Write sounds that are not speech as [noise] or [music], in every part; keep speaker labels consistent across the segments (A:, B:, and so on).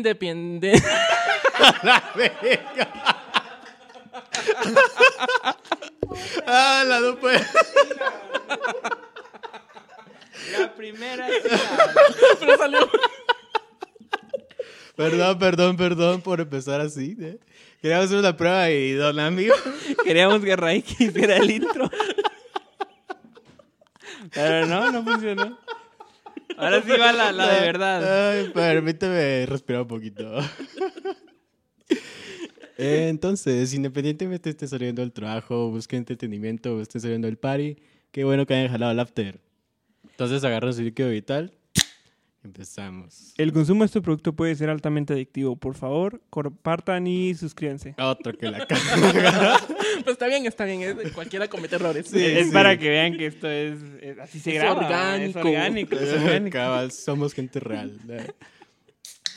A: Independiente.
B: Ah, la dupe.
A: [laughs]
C: La primera sílaba.
A: Pero salió.
B: Perdón, perdón, perdón por empezar así. ¿eh? Queríamos hacer una prueba y don amigo.
C: Queríamos que Ray hiciera el intro. Pero no, no funcionó. Ahora sí va la, la de verdad.
B: Ay, permíteme respirar un poquito. Eh, Entonces, independientemente esté saliendo del trabajo, busque entretenimiento, o esté saliendo del party, qué bueno que hayan jalado el after. Entonces agarran su líquido vital. Empezamos.
D: El consumo de este producto puede ser altamente adictivo. Por favor, compartan y suscríbanse.
B: Otro que la caga.
A: Pues está bien, está bien. es- Cualquiera comete errores.
B: Sí,
D: es
B: sí.
D: para que vean que esto es, es- así se
A: Es
D: graba.
A: orgánico.
D: Es orgánico.
B: [laughs]
D: Es orgánico.
B: Cabal, somos gente real. Eh.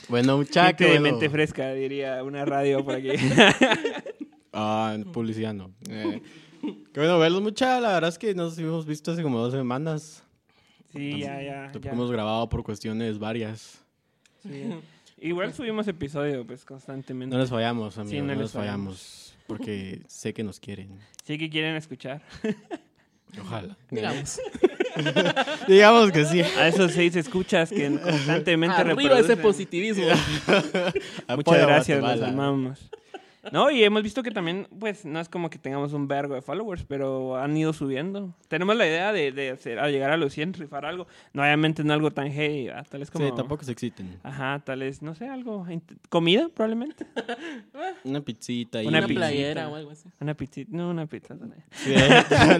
B: Bueno,
D: Gente
B: muchachos.
D: de mente fresca, diría una radio por aquí.
B: Ah, publicidad no. Eh, qué bueno verlos, mucha. La verdad es que nos hemos visto hace como dos semanas.
D: Sí, ya, ya. ya.
B: Tampoco hemos grabado por cuestiones varias.
D: Sí. Igual subimos episodio, pues, constantemente.
B: No les fallamos, amigos.
D: Sí,
B: no,
D: no
B: les,
D: les
B: fallamos. Porque sé que nos quieren.
D: Sí que quieren escuchar.
B: Ojalá.
A: Digamos.
B: [laughs] Digamos que sí.
D: A esos seis escuchas que constantemente
A: [laughs] Arriba ese
D: reproducen.
A: positivismo.
B: Apoyo
D: [laughs] Muchas
B: a
D: gracias, los
B: Guatemala.
D: amamos. No, y hemos visto que también, pues, no es como que tengamos un vergo de followers, pero han ido subiendo. Tenemos la idea de, de hacer, a llegar a los 100, rifar algo. No, obviamente no algo tan heavy, ¿verdad? tal es como...
B: Sí, tampoco se exciten.
D: Ajá, tal es, no sé, algo... int- ¿Comida, probablemente?
B: Una pizzita y
A: Una,
D: Una
B: pizza.
D: [laughs]
A: playera o algo así.
D: Una pizza, no, una pizza. no.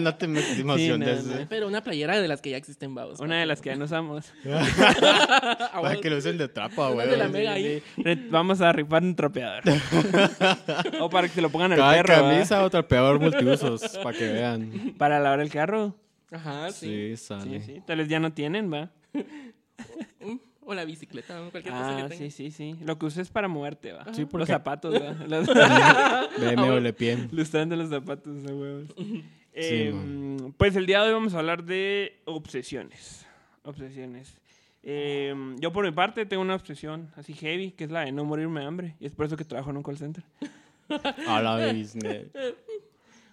B: [laughs] no te metas emociones.
D: no, no.
B: eh.
A: Pero una playera de las que ya existen, babos.
D: Una de
A: [laughs]
D: las que ya no usamos.
A: Ah,
B: Para
A: bueno.
B: que lo usen de trapa,
A: Una
B: güey.
A: de la mega ahí.
D: Re- Vamos a rifar un trapeador.
A: [laughs]
D: o para que se lo pongan al
B: Cada
D: perro, ¿verdad?
B: camisa, otro peor multiusos, para que vean.
D: Para lavar el carro.
A: Ajá, sí.
B: Sí,
D: Sí,
B: sale.
D: sí. Tal vez ya no tienen, ¿va?
A: Mm, O la bicicleta, ¿no? cualquier cosa
D: Ah,
A: que
D: sí,
A: tengas.
D: sí, sí. Lo que uses para moverte, va.
B: Sí, porque-
D: Los zapatos,
B: [laughs]
D: va. Los...
A: Ah,
B: Ve, me huele pie.
D: Lustrando los zapatos, a
B: [laughs]
D: huevos. Eh,
B: man.
D: pues el día de hoy vamos a hablar de obsesiones. Obsesiones. Eh, yo por mi parte tengo una obsesión así heavy, que es la de no morirme de hambre. Y es por eso que trabajo en un call center.
B: A la
A: [laughs]
B: Disney.
A: Ah,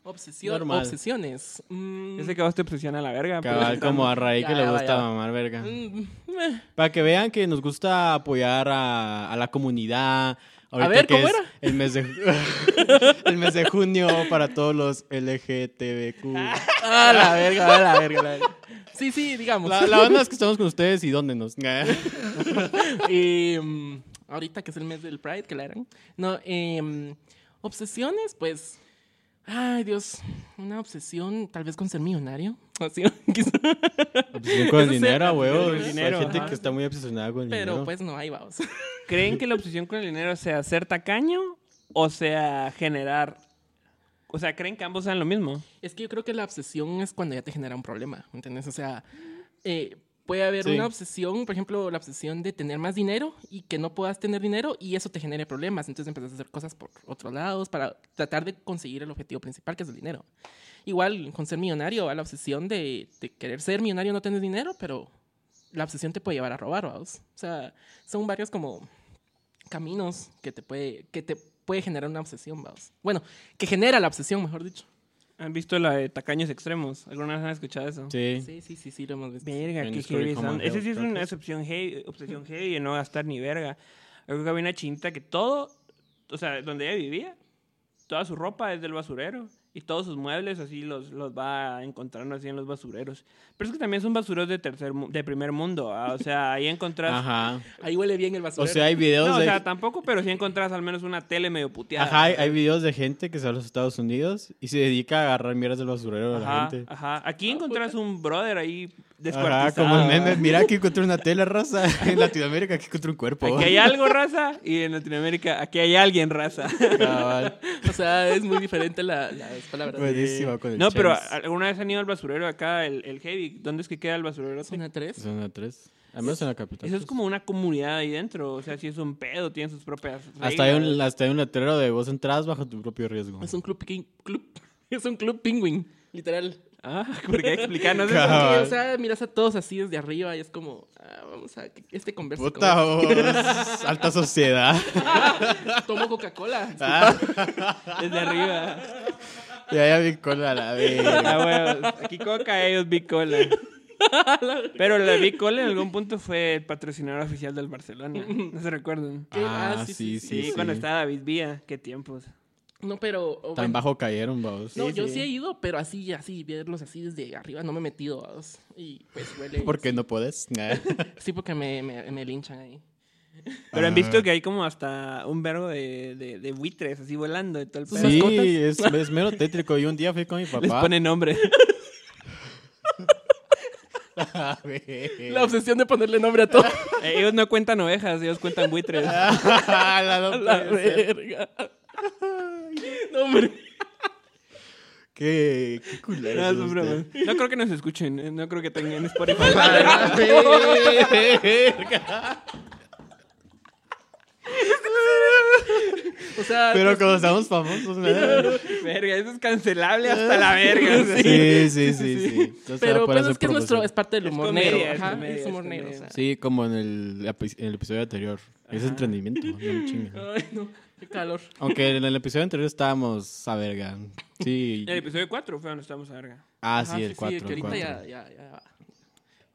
A: Obsesión,
B: Normal.
A: obsesiones. Mm,
D: Yo sé que a vos te obsesiona la verga. pues. pero-
B: Cabal como a Raí que
A: pues, Ya,
B: le
A: ya va,
B: gusta
A: ya va.
B: mamar verga.
A: mm, meh.
B: Para que vean que nos gusta apoyar a, a la comunidad. Ahorita
A: ver,
B: que
A: ¿cómo
B: es
A: era?
B: El mes, de,
A: [laughs]
B: el mes de junio para todos los LGTBQ.
A: Ah, la verga, a la verga, la verga. Sí, sí, digamos.
B: La, la onda es que estamos con ustedes y dónde nos. [laughs]
A: Eh, mm, ahorita que es el mes del Pride, claro. No, eh, obsesiones, pues. Ay, Dios. Una obsesión, tal vez con ser millonario. [laughs] Así, quizá.
B: Obsesión Pues con
A: Eso
B: el
A: es
B: dinero,
A: obsesión
B: huevos.
D: con el dinero,
B: Hay gente
D: ajá.
B: que está muy obsesionada con el
A: Pero
B: dinero.
A: pues no, ahí vamos.
D: [laughs] ¿Creen que la obsesión con el dinero sea ser tacaño o sea generar... O sea, ¿creen que ambos sean lo mismo?
A: Es que yo creo que la obsesión es cuando ya te genera un problema, ¿me ¿entiendes? O sea, eh, puede haber
B: Sí.
A: una obsesión, por ejemplo, la obsesión de tener más dinero y que no puedas tener dinero y eso te genere problemas. Entonces empiezas a hacer cosas por otros lados para tratar de conseguir el objetivo principal, que es el dinero. Igual con ser millonario, va la obsesión de, de querer ser millonario y no tener dinero, pero la obsesión te puede llevar a robar, vamos. O sea, son varios como caminos que te puede, que te puede generar una obsesión, vamos. Bueno, que genera la obsesión, mejor dicho.
D: ¿Han visto la de tacaños extremos? ¿Alguna vez han escuchado eso?
B: Sí.
A: Sí, sí, sí, sí, lo hemos visto.
D: Verga,
B: En
D: qué
B: Discovery
D: heavy
B: Home
D: son.
B: and
D: Ese
B: Health,
D: sí es
B: creo que
D: una
B: es.
D: obsesión heavy, obsesión heavy de no gastar ni verga. Yo creo que había una chinita que todo, o sea, donde ella vivía, toda su ropa es del basurero. Y todos sus muebles así los, los va encontrando así en los basureros. Pero es que también son basureros de tercer mu- de primer mundo. ah, O sea, ahí encontrás...
B: Ajá.
A: Ahí huele bien el
B: O
A: basurero. [laughs]
B: sea, hay videos
D: No, o
B: de.
D: sea, tampoco, pero sí encontrás al menos una tele medio puteada.
B: Ajá, hay, hay videos de gente que se va a los Estados Unidos y se dedica a agarrar mierdas del basurero de la
D: Ajá,
B: gente.
D: ajá. Aquí encontrás un brother ahí descuartizado.
B: Ajá, como el meme.
D: ¿verdad?
B: Mira, que encontré una tela raza [laughs] en Latinoamérica, aquí encontré un cuerpo.
D: Aquí hay algo, raza, y en Latinoamérica, aquí hay alguien, raza.
B: Cabal.
A: es muy diferente la, las palabras.
B: Buenísimo con el
D: No, pero
B: Chance.
D: alguna vez han ido al basurero acá, el, el heavy. ¿Dónde es que queda el basurero?
A: Es una tres.
B: Zona 3. Al menos en la capital.
D: Eso es como una comunidad ahí dentro. O sea, si es un pedo, tienen sus propias.
B: Hasta hay, un,
D: reglas.
B: hasta hay un letrero de vos entras bajo tu propio riesgo.
A: [laughs] Es un club, pingüín. club. Es un club pingüín, literal.
D: Ah, [laughs]
B: [laughs]
D: porque explicarnos eso.
B: Cabrón.
A: Porque,
B: Ah.
A: o sea, miras a todos así desde arriba y es como, ah, vamos a que este converse. con
B: Puta,
A: este.
B: vos, alta
D: [laughs]
B: sociedad.
A: [laughs] Tomo Coca-Cola.
B: [laughs] Ah,
D: Desde arriba.
B: ya ya mi cola a la verga.
D: Ah, bueno, aquí Coca, ellos Big Cola. Pero la Big Cola en algún punto fue el patrocinador oficial del Barcelona. No se recuerdan.
A: ¿Qué?
B: Ah, sí,
D: Sí,
B: Sí,
D: cuando
B: sí.
D: estaba David Villa, qué tiempos.
A: No, pero. o
B: Tan
A: bueno,
B: bajo cayeron, vos.
A: No,
D: Sí,
A: yo
D: sí.
A: sí he ido, pero así, así, verlos así desde arriba, no me he metido. vamos. Y pues huele.
B: ¿Por qué no [laughs] puedes?
A: Sí, porque me, me, me linchan ahí.
D: Pero han
B: Ah.
D: visto que hay como hasta un vergo de, de, de buitres así volando de todo el pedo.
B: Sí, es, es mero tétrico. Y un día fui con mi
D: Les
B: papá.
D: pone nombre.
B: [laughs] A ver.
A: La
B: [laughs]
A: obsesión de ponerle nombre a todo.
D: Eh, ellos no cuentan ovejas, ellos cuentan
B: [laughs]
D: buitres.
B: Ah, La no
A: La
B: puede ser.
A: verga. [laughs] No, hombre.
B: Qué, qué culero.
D: No,
B: es
D: Ah, son
B: usted.
D: bromas. No creo que nos escuchen, eh, no creo que tengan Spotify.
B: [laughs] A la verga.
A: O sea,
B: [laughs] Pero como estamos famosos, ¿no?
D: [laughs] verga, eso es cancelable hasta la verga. sí.
B: Sí, sí, sí, sí. No estaba
A: pero,
B: para
A: pero
B: su
A: es que es, nuestro,
B: promoción.
A: es parte del
D: Es
A: humor
D: comedia,
A: negro.
D: es
A: Ajá,
D: comedia,
A: es
D: es
A: humor negro. O
D: comedia.
A: sea.
B: Sí, como en el, epi- en el episodio anterior. Es entrenamiento, no me
A: [laughs]
B: chingas.
A: Ay, no, qué calor.
B: Aunque en el episodio anterior estábamos a verga. Sí.
D: [laughs] El episodio 4 fue donde estamos a verga.
B: Ah,
A: Ajá,
B: sí, el 4.
A: que ahorita ya, ya, ya. va.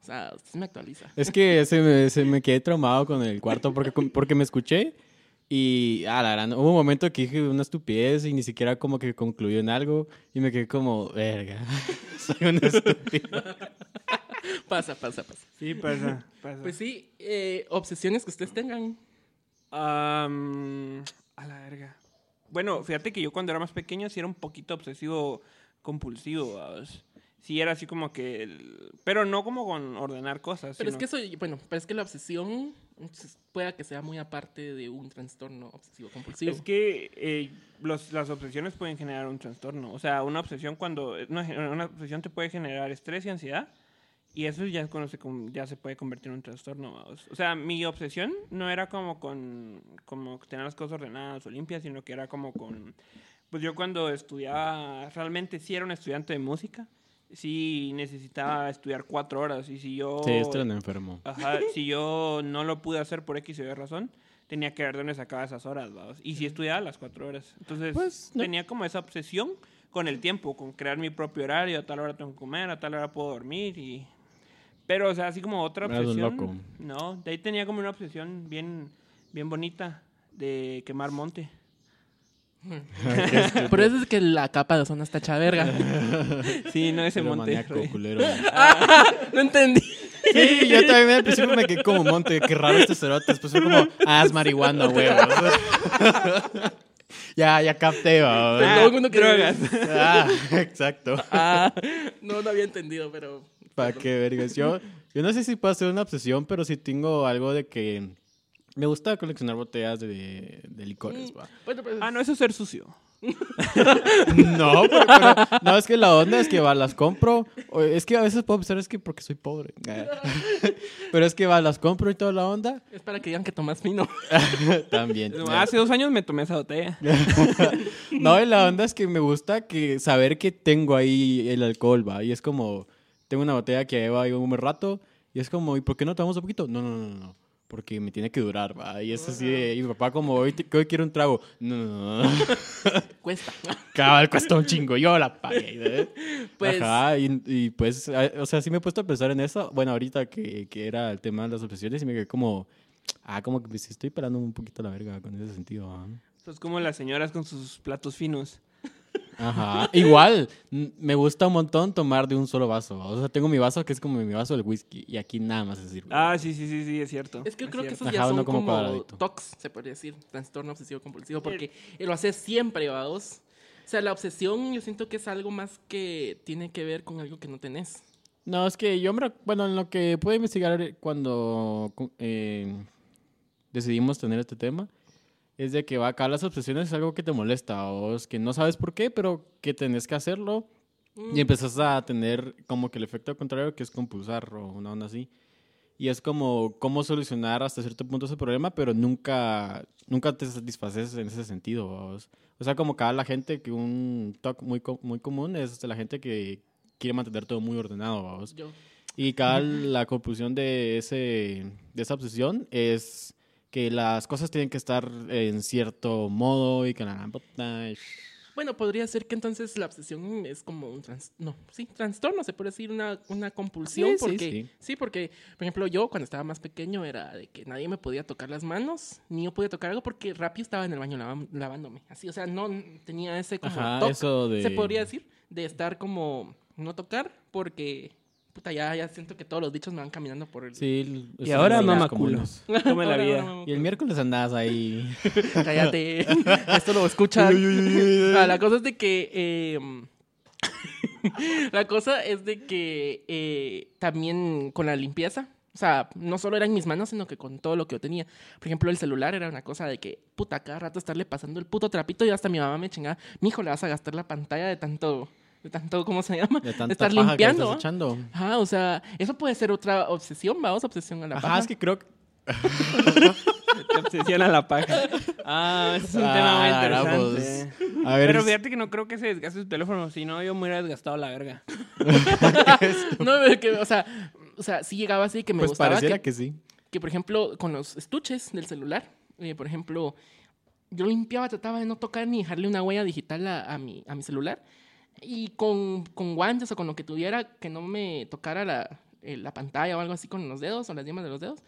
A: O sea, sí me actualiza.
B: Es que se me, se me quedé traumado con el cuarto porque, porque me escuché y ah, la gran, hubo un momento que dije una estupidez y ni siquiera como que concluyó en algo y me quedé como, verga, [laughs] soy un estúpido.
A: Pasa, pasa, pasa.
D: Sí, pasa. pasa.
A: Pues sí, eh, obsesiones que ustedes tengan.
D: Am, a la verga. Bueno, fíjate que yo cuando era más pequeño sí era un poquito obsesivo compulsivo. ¿vamos? Sí era así como que... el- Pero no como con ordenar cosas.
A: Pero es
D: sino-
A: que eso, bueno, pero es que la obsesión pues, pueda que sea muy aparte de un trastorno obsesivo compulsivo.
D: Es que eh, los- las obsesiones pueden generar un trastorno. O sea, una obsesión cuando una, una obsesión te puede generar estrés y ansiedad. Y eso ya, es cuando se con- ya se puede convertir en un trastorno. vamos. O sea, mi obsesión no era como con como tener las cosas ordenadas o limpias, sino que era como con... Pues yo cuando estudiaba, realmente sí era un estudiante de música. Sí necesitaba estudiar cuatro horas. Y si yo...
B: Sí, esto no enfermo.
D: Ajá, si yo no lo pude hacer por X o Y razón, tenía que ver dónde sacaba esas horas, vaos. Y si estudiaba las cuatro horas. Entonces,
B: Pues, no.
D: tenía como esa obsesión con el tiempo, con crear mi propio horario, a tal hora tengo que comer, a tal hora puedo dormir y... Pero, o sea, así como otra
B: Eras un
D: obsesión...
B: loco.
D: No, de ahí tenía como una obsesión bien, bien bonita de quemar monte.
A: Por eso es que la capa de ozono está hecha
D: [laughs]
A: verga. [laughs]
D: Sí, no ese monte.
B: maníaco,
D: Roy.
B: culero.
A: No entendí.
B: Sí, yo también al principio me quedé como monte, qué raro este cerote. Después fue como, ah, es marihuana, huevo. [laughs] ya, ya capté, babos.
A: Pero luego uno que-
D: drogas.
B: Ah, [laughs] exacto.
A: Ah, no, no había entendido, pero.
B: ¿Para qué vergas? Yo, yo no sé si puedo ser una obsesión, pero sí tengo algo de que me gusta coleccionar botellas de, de licores. va.
A: Bueno, pues,
D: Ah, no, eso es ser sucio.
B: No, pero- pero- no, es que la onda es que va, las compro. o Es que a veces puedo pensar, es que porque soy pobre. Ah. [laughs] Pero es que va, las compro y toda la onda.
A: es para que digan que tomas vino.
B: También.
D: Hace dos años me tomé esa botella.
B: No, y la onda es que me gusta que saber que tengo ahí el alcohol, va. Y es como, tengo una botella que lleva ahí un buen rato. Y es como, ¿y por qué no tomamos un poquito? No, no, no, no, no. Porque me tiene que durar, va. Y es así de, y mi papá como, hoy, te- que hoy quiero un trago. No, no, no, no.
A: [laughs]
B: [laughs]
A: Cuesta.
B: Cabal, cuesta un chingo. Yo la pagué. ¿eh?
A: Pues-
B: Ajá, y, y pues, a- o sea, sí me he puesto a pensar en eso. Bueno, ahorita que, que era el tema de las obsesiones y me quedé como... Ah, como que me estoy parando un poquito la verga con ese sentido. ¿ah?" ¿va?
D: Es como las señoras con sus platos finos.
B: Ajá. Igual, n- me gusta un montón tomar de un solo vaso. O sea, tengo mi vaso que es como mi vaso del whisky y aquí nada más es sirve.
D: Ah, sí, sí, sí, sí, es cierto.
A: Es que yo creo que
D: cierto.
A: esos ya
B: Ajá,
A: son
B: uno como
A: como,
B: cuadradito.
A: TOCs, se podría decir, trastorno obsesivo compulsivo, porque lo haces siempre, vaos. O sea, la obsesión yo siento que es algo más que tiene que ver con algo que no tenés.
B: No, es que yo, me rec- bueno, en lo que pude investigar cuando cu- eh, decidimos tener este tema, es de que va acá las obsesiones es algo que te molesta o es que no sabes por qué, pero que tenés que hacerlo
A: Mm,
B: y empezás a tener como que el efecto contrario que es compulsar o una onda así. Y es como cómo solucionar hasta cierto punto ese problema, pero nunca, nunca te satisfaces en ese sentido. ¿vamos? O sea, como cada la gente que un toque muy, co- muy común es la gente que quiere mantener todo muy ordenado, vamos.
A: Yo.
B: Y cada la conclusión de, ese, de esa obsesión es que las cosas tienen que estar en cierto modo y que la gran puta, y-
A: Bueno, podría ser que entonces la obsesión es como un trans- no, sí, trastorno, se puede decir una, una compulsión
B: Ah, Sí, sí,
A: porque
B: sí.
A: sí. porque por ejemplo, yo cuando estaba más pequeño era de que nadie me podía tocar las manos, ni yo podía tocar algo porque rápido estaba en el baño lava- lavándome. Así, o sea, no tenía ese como
B: Ajá,
A: toque,
B: eso de...
A: se podría decir de estar como no tocar porque puta ya ya siento que todos los bichos me van caminando por el [laughs]
B: Sí,
D: Y
B: esos
D: ahora
B: lugares
D: mamaculo.
B: comunes.
D: Tome la
A: Ahora,
D: vida.
A: ahora,
B: Y el miércoles andabas ahí.
A: Cállate. [laughs] Esto lo escucha. [laughs] Ah, la cosa es de que. eh, [laughs] la cosa es de que eh, también con la limpieza. O sea, no solo eran mis manos, sino que con todo lo que yo tenía. Por ejemplo, el celular era una cosa de que, puta, cada rato estarle pasando el puto trapito y hasta mi mamá me chingaba. Mijo, le vas a gastar la pantalla de tanto, de tanto, ¿cómo se llama?
B: De tanta
A: estar
B: paja que
A: limpiando,
B: estás
A: ¿ah?
B: echando.
A: Ajá, o sea, eso puede ser otra obsesión, vamos, obsesión a la paja.
B: Ajá, es que creo que...
D: Te [laughs] obsesiona la paja. Ah, ese es un
B: Ah,
D: tema
B: la
D: muy interesante.
B: pues, A ver,
D: Pero fíjate que no creo que se desgaste tu teléfono, si no yo me hubiera desgastado la verga.
A: [laughs] No, pero que, o sea, o sea, sí llegaba así que me
B: pues
A: gustaba
B: pareciera
A: que,
B: que... sí.
A: que, por ejemplo, con los estuches del celular, eh, por ejemplo, yo limpiaba, trataba de no tocar ni dejarle una huella digital a, a mi, a mi celular. Y con, con guantes o con lo que tuviera que no me tocara la, eh, la pantalla o algo así con los dedos o las yemas de los dedos,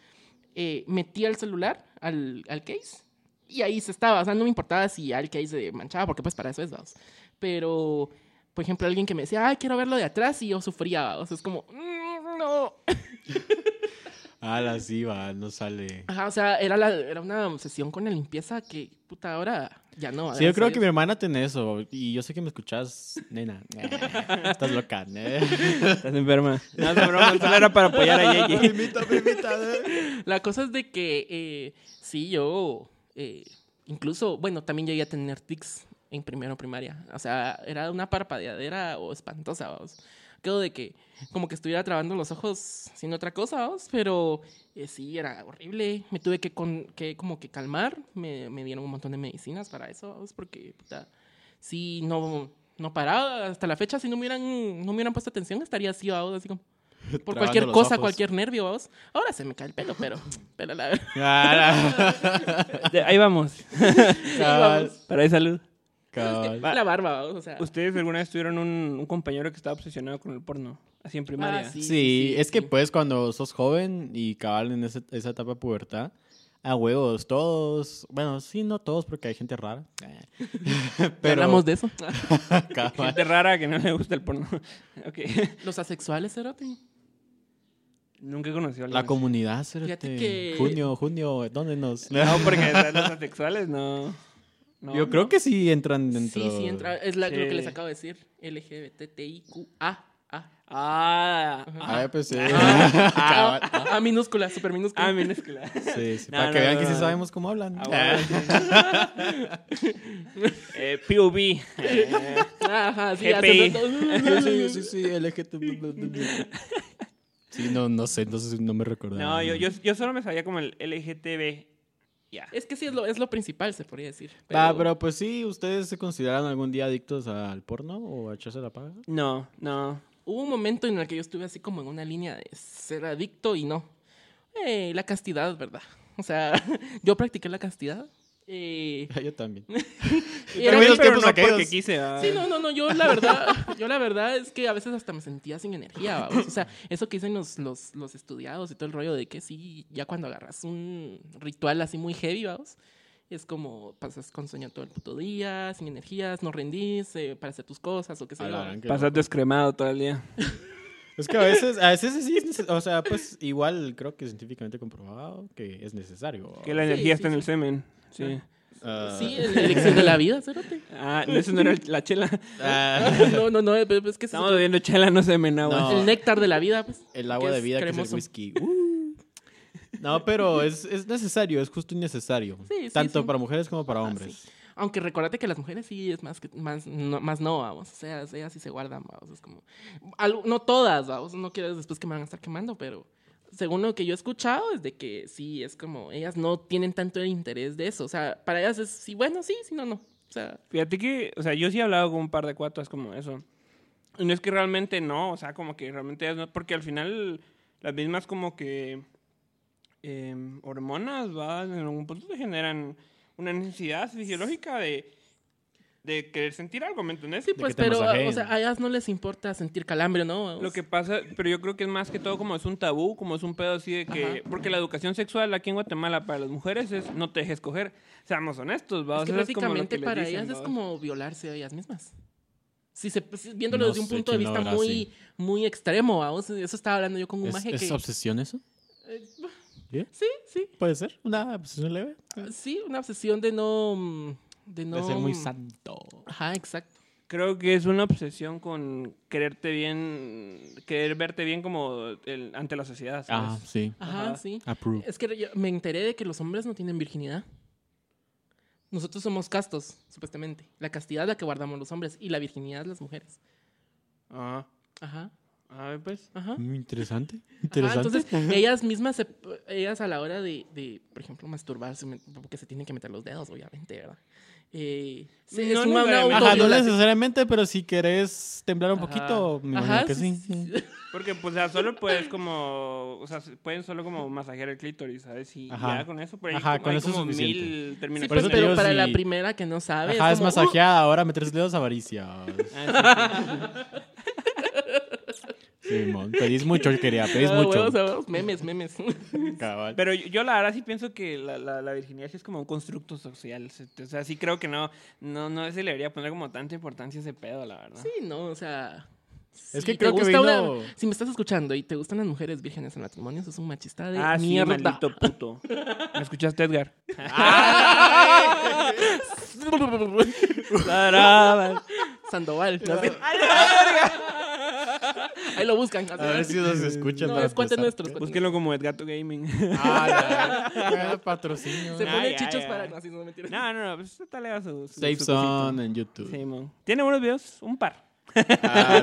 A: eh, metía el celular al, al case y ahí se estaba. O sea, no me importaba si ya el case se manchaba, porque pues para eso es, vamos. Pero, por ejemplo, alguien que me decía, ay, quiero verlo de atrás y yo sufría, o sea, es como, "Mm, no.
B: Ah, sí, va, no sale.
A: Ajá, o sea, era, la, era una obsesión con la limpieza que, puta, ahora ya no.
B: Sí, yo
A: Ah, gracias
B: creo
A: a
B: que mi
A: Dios.
B: hermana tiene eso. Y yo sé que me escuchas, nena. eh, Estás loca, eh.
D: [laughs] Estás enferma. No, se broma, solo era para apoyar
B: [laughs]
D: a [laughs] Yegi.
A: La cosa es de que, eh, sí, yo, eh, incluso, bueno, también llegué a tener tics en primero primaria. O sea, era una parpadeadera o espantosa, vamos. Creo de que, como que estuviera trabando los ojos haciendo otra cosa, vamos, pero eh, sí, era horrible. Me tuve que, con, que como que calmar. Me, me dieron un montón de medicinas para eso, vamos, porque, puta, sí, no... No paraba hasta la fecha, si no me hubieran, no me hubieran puesto atención, estaría así, vamos, así como
B: [laughs]
A: por
B: Trabando
A: cualquier
B: los
A: cosa,
B: ojos.
A: cualquier nervio, vamos. Ahora se me cae el pelo, pero, pero la verdad.
B: Ah,
D: De- Ahí vamos.
B: la- cabal,
A: vamos.
D: Para ahí salud.
B: cabal.
A: La barba, vamos, o sea.
D: ¿Ustedes alguna vez tuvieron un, un compañero que estaba obsesionado con el porno? Así en primaria.
A: Ah,
B: Sí,
A: sí, sí,
B: es que
A: sí.
B: pues cuando sos joven y cabal en ese- esa etapa de pubertad, a huevos, todos, bueno, sí, no todos porque hay gente rara, [laughs] eh,
A: ¿ya [laughs]
B: pero
A: Hablamos de eso.
B: [laughs] cabal,
D: Gente rara que no le gusta el porno. [laughs] ok.
A: Los asexuales, Erote.
D: Nunca he conocido a alguien
B: la
D: así.
B: comunidad,
A: Fíjate
B: cerote.
A: que-
B: junio, junio, ¿dónde nos? [laughs]
D: No, [laughs] porque están los asexuales, no. No,
B: Yo creo que sí entran dentro.
A: Sí, sí, entra. Es la- lo
D: Sí.
A: que les acabo de decir. LGBTIQA. A,
B: A
D: Ah, ah,
B: ver, pues sí.
A: A,
B: [laughs]
A: [laughs]
B: Cabal.
A: A ah, minúscula, super minúscula.
D: ah, minúscula.
B: Sí, sí,
D: No,
B: para que
D: no,
B: vean
D: no,
B: que sí
D: no.
B: sabemos cómo hablan. [laughs]
D: Ah, bueno. Ah. [laughs] Eh, POV.
A: [laughs]
D: Eh,
A: [laughs] Ajá, sí,
D: GPI.
A: haciendo todo.
B: [laughs] Sí, sí, sí, sí, LGT. Sí, no, no sé, entonces no me recordaba.
D: no, yo, yo, yo solo me sabía como el LGTB. Ya.
A: Es que sí, es lo, es lo principal, se podría decir.
B: Ah, pero pues sí, ¿ustedes se consideran algún día adictos al porno o a echarse la paga? [laughs]
D: No, no.
A: Hubo un momento en el que yo estuve así como en una línea de ser adicto y no. Eh, la castidad, ¿verdad? O sea, [laughs] yo practiqué la castidad. Eh, [laughs]
B: Yo también.
A: Era
D: También,
B: los
D: pero
B: tiempos
D: no
B: aquellos.
D: porque quise. ah.
A: Sí, no, no, no, yo la verdad, [laughs] yo la verdad es que a veces hasta me sentía sin energía, babos. o sea, eso que dicen los, los, los estudiados y todo el rollo de que sí, ya cuando agarras un ritual así muy heavy, vamos, es como pasas con sueño todo el puto día, sin energías, no rendís eh, para hacer tus cosas o qué sé
B: A
A: yo.
B: la
A: babos.
B: gran que
D: Pasar descremado todo el día.
B: no. Es que a veces, a veces sí, es neces- o sea, pues igual creo que científicamente comprobado que es necesario.
D: Que la
A: Sí,
D: energía está
A: sí,
D: en el semen. Sí.
B: Ah,
A: Sí, el elección de la vida, cerote.
D: Ah, no, eso no era el- la chela.
B: [laughs] ah,
A: [laughs] No, no, no, pero es que es
D: Estamos bebiendo chela, no semen, ah, agua.
B: No.
A: el néctar de la vida, pues.
B: el agua de
A: es
B: vida que es el
A: cremoso.
B: whisky. Uh. No, pero es, es necesario, es justo y necesario.
A: Sí, sí,
B: tanto
A: sí.
B: para mujeres como para
A: Ah,
B: hombres.
A: Aunque recordate que las mujeres sí es más que, más no, más no vamos, o sea, ellas sí se guardan, vamos, es como al- no todas, vamos, no quieres después que me van a estar quemando, pero según lo que yo he escuchado es de que sí es como ellas no tienen tanto el interés de eso, o sea, para ellas es sí bueno, sí, si no no. O sea,
D: Fíjate que, o sea, yo sí he hablado con un par de cuatas como eso. Y no es que realmente no, o sea, como que realmente ellas no, porque al final las mismas como que em, hormonas va, en algún punto te generan una necesidad fisiológica de, de querer sentir algo, ¿me entendés?
A: Sí,
B: que
A: pues,
B: te
A: pero
B: masajeen.
A: o sea, a ellas no les importa sentir calambre, ¿no?
D: Lo que pasa, pero yo creo que es más que todo como es un tabú, como es un pedo así de que...
A: Ajá.
D: Porque la educación sexual aquí en Guatemala para las mujeres es no te dejes coger. Seamos honestos, ¿va?
A: Es
D: O
A: que
D: sea, eso es como lo
A: prácticamente
D: que les
A: para
D: dicen,
A: ellas es
D: ¿va?
A: como violarse a ellas mismas. Si se, pues, viéndolo
B: No
A: desde un
B: sé
A: punto de
B: quién lo
A: vista
B: verá
A: muy,
B: así.
A: muy extremo, vamos. Eso estaba hablando yo con un
B: ¿Es,
A: maje
B: es
A: que...
B: obsesión eso?
A: eh,
B: ¿Bien?
A: sí, sí.
B: ¿Puede ser? ¿Una obsesión leve?
A: Sí, una obsesión de no... mm, De no...
B: De ser muy santo.
A: Ajá, exacto.
D: Creo que es una obsesión con quererte bien, querer verte bien como el- ante la sociedad. ¿sabes?
B: Ah, sí.
A: Ajá,
D: Ajá.
A: sí.
B: Approve.
A: Es que yo me enteré de que los hombres no tienen virginidad. Nosotros somos castos, supuestamente. La castidad es la que guardamos los hombres y la virginidad las mujeres.
D: Ajá.
A: Ajá,
D: A ver, pues.
A: ajá.
B: Mm, Interesante.
A: Ajá,
B: Interesante.
A: entonces, ellas mismas, se- ellas a la hora de, de, por ejemplo, masturbarse, me- porque se tienen que meter los dedos, obviamente, ¿verdad? Eh, se-
D: No
A: es una, una
D: necesariamente.
B: Ajá, no
A: autoviolación.
B: necesariamente, pero si querés temblar un
D: Ajá.
B: poquito, me imagino
A: Ajá,
B: que sí.
D: Porque, pues, o sea, solo puedes como, o sea, se- pueden solo como masajear el clítoris, ¿sabes? Y
B: Ajá.
D: ya con eso, por ahí
B: Ajá,
D: como-
B: con
D: hay
B: eso es
D: como
B: suficiente.
D: mil
A: Sí, pues,
D: terminaciones.
B: Por eso
A: pero,
B: te digo,
A: para
B: sí.
A: la primera que no sabe.
B: Ajá, es
A: como, "Uh". [laughs]
B: masajeada, ahora meter los dedos
D: [laughs] Ah,
B: avaricia. Sí, mon, pedís mucho, quería, pedís
A: Ah,
B: mucho.
A: huevos, huevos, memes, memes. [laughs]
B: Cabal.
D: Pero yo, yo la verdad sí pienso que la, la, la virginidad sí es como un constructo social. se- O sea, sí creo que no, no, no se le debería poner como tanta importancia a ese pedo, la verdad.
A: Sí, no, o sea. si
B: Es que
A: te
B: creo que
A: gusta una-
B: vino-
A: si me estás escuchando y te gustan las mujeres vírgenes en matrimonios, es un machista de
D: Ah, sí,
A: mierda.
D: maldito [laughs] puto. ¿Me escuchaste, Edgar? Tarabas.
A: [laughs]
D: [laughs]
A: Sandoval. ¿no? Ahí lo buscan.
B: A ver si nos escuchan.
A: No,
B: para
A: es cuate
B: empezar.
A: nuestro. es cuate
D: Búsquenlo como Edgato
A: [laughs]
D: Gaming. [laughs]
B: Ah, la- cada patrocinio.
A: Se pone
D: Ay, ay,
A: chichos
D: ay.
A: para. No, así no mentira.
D: No, no, no, pues está le da su. su-
B: Safe
D: su
B: Zone en YouTube.
D: cosito. Sí, mon. Tiene buenos videos, un par.
B: Ah, la-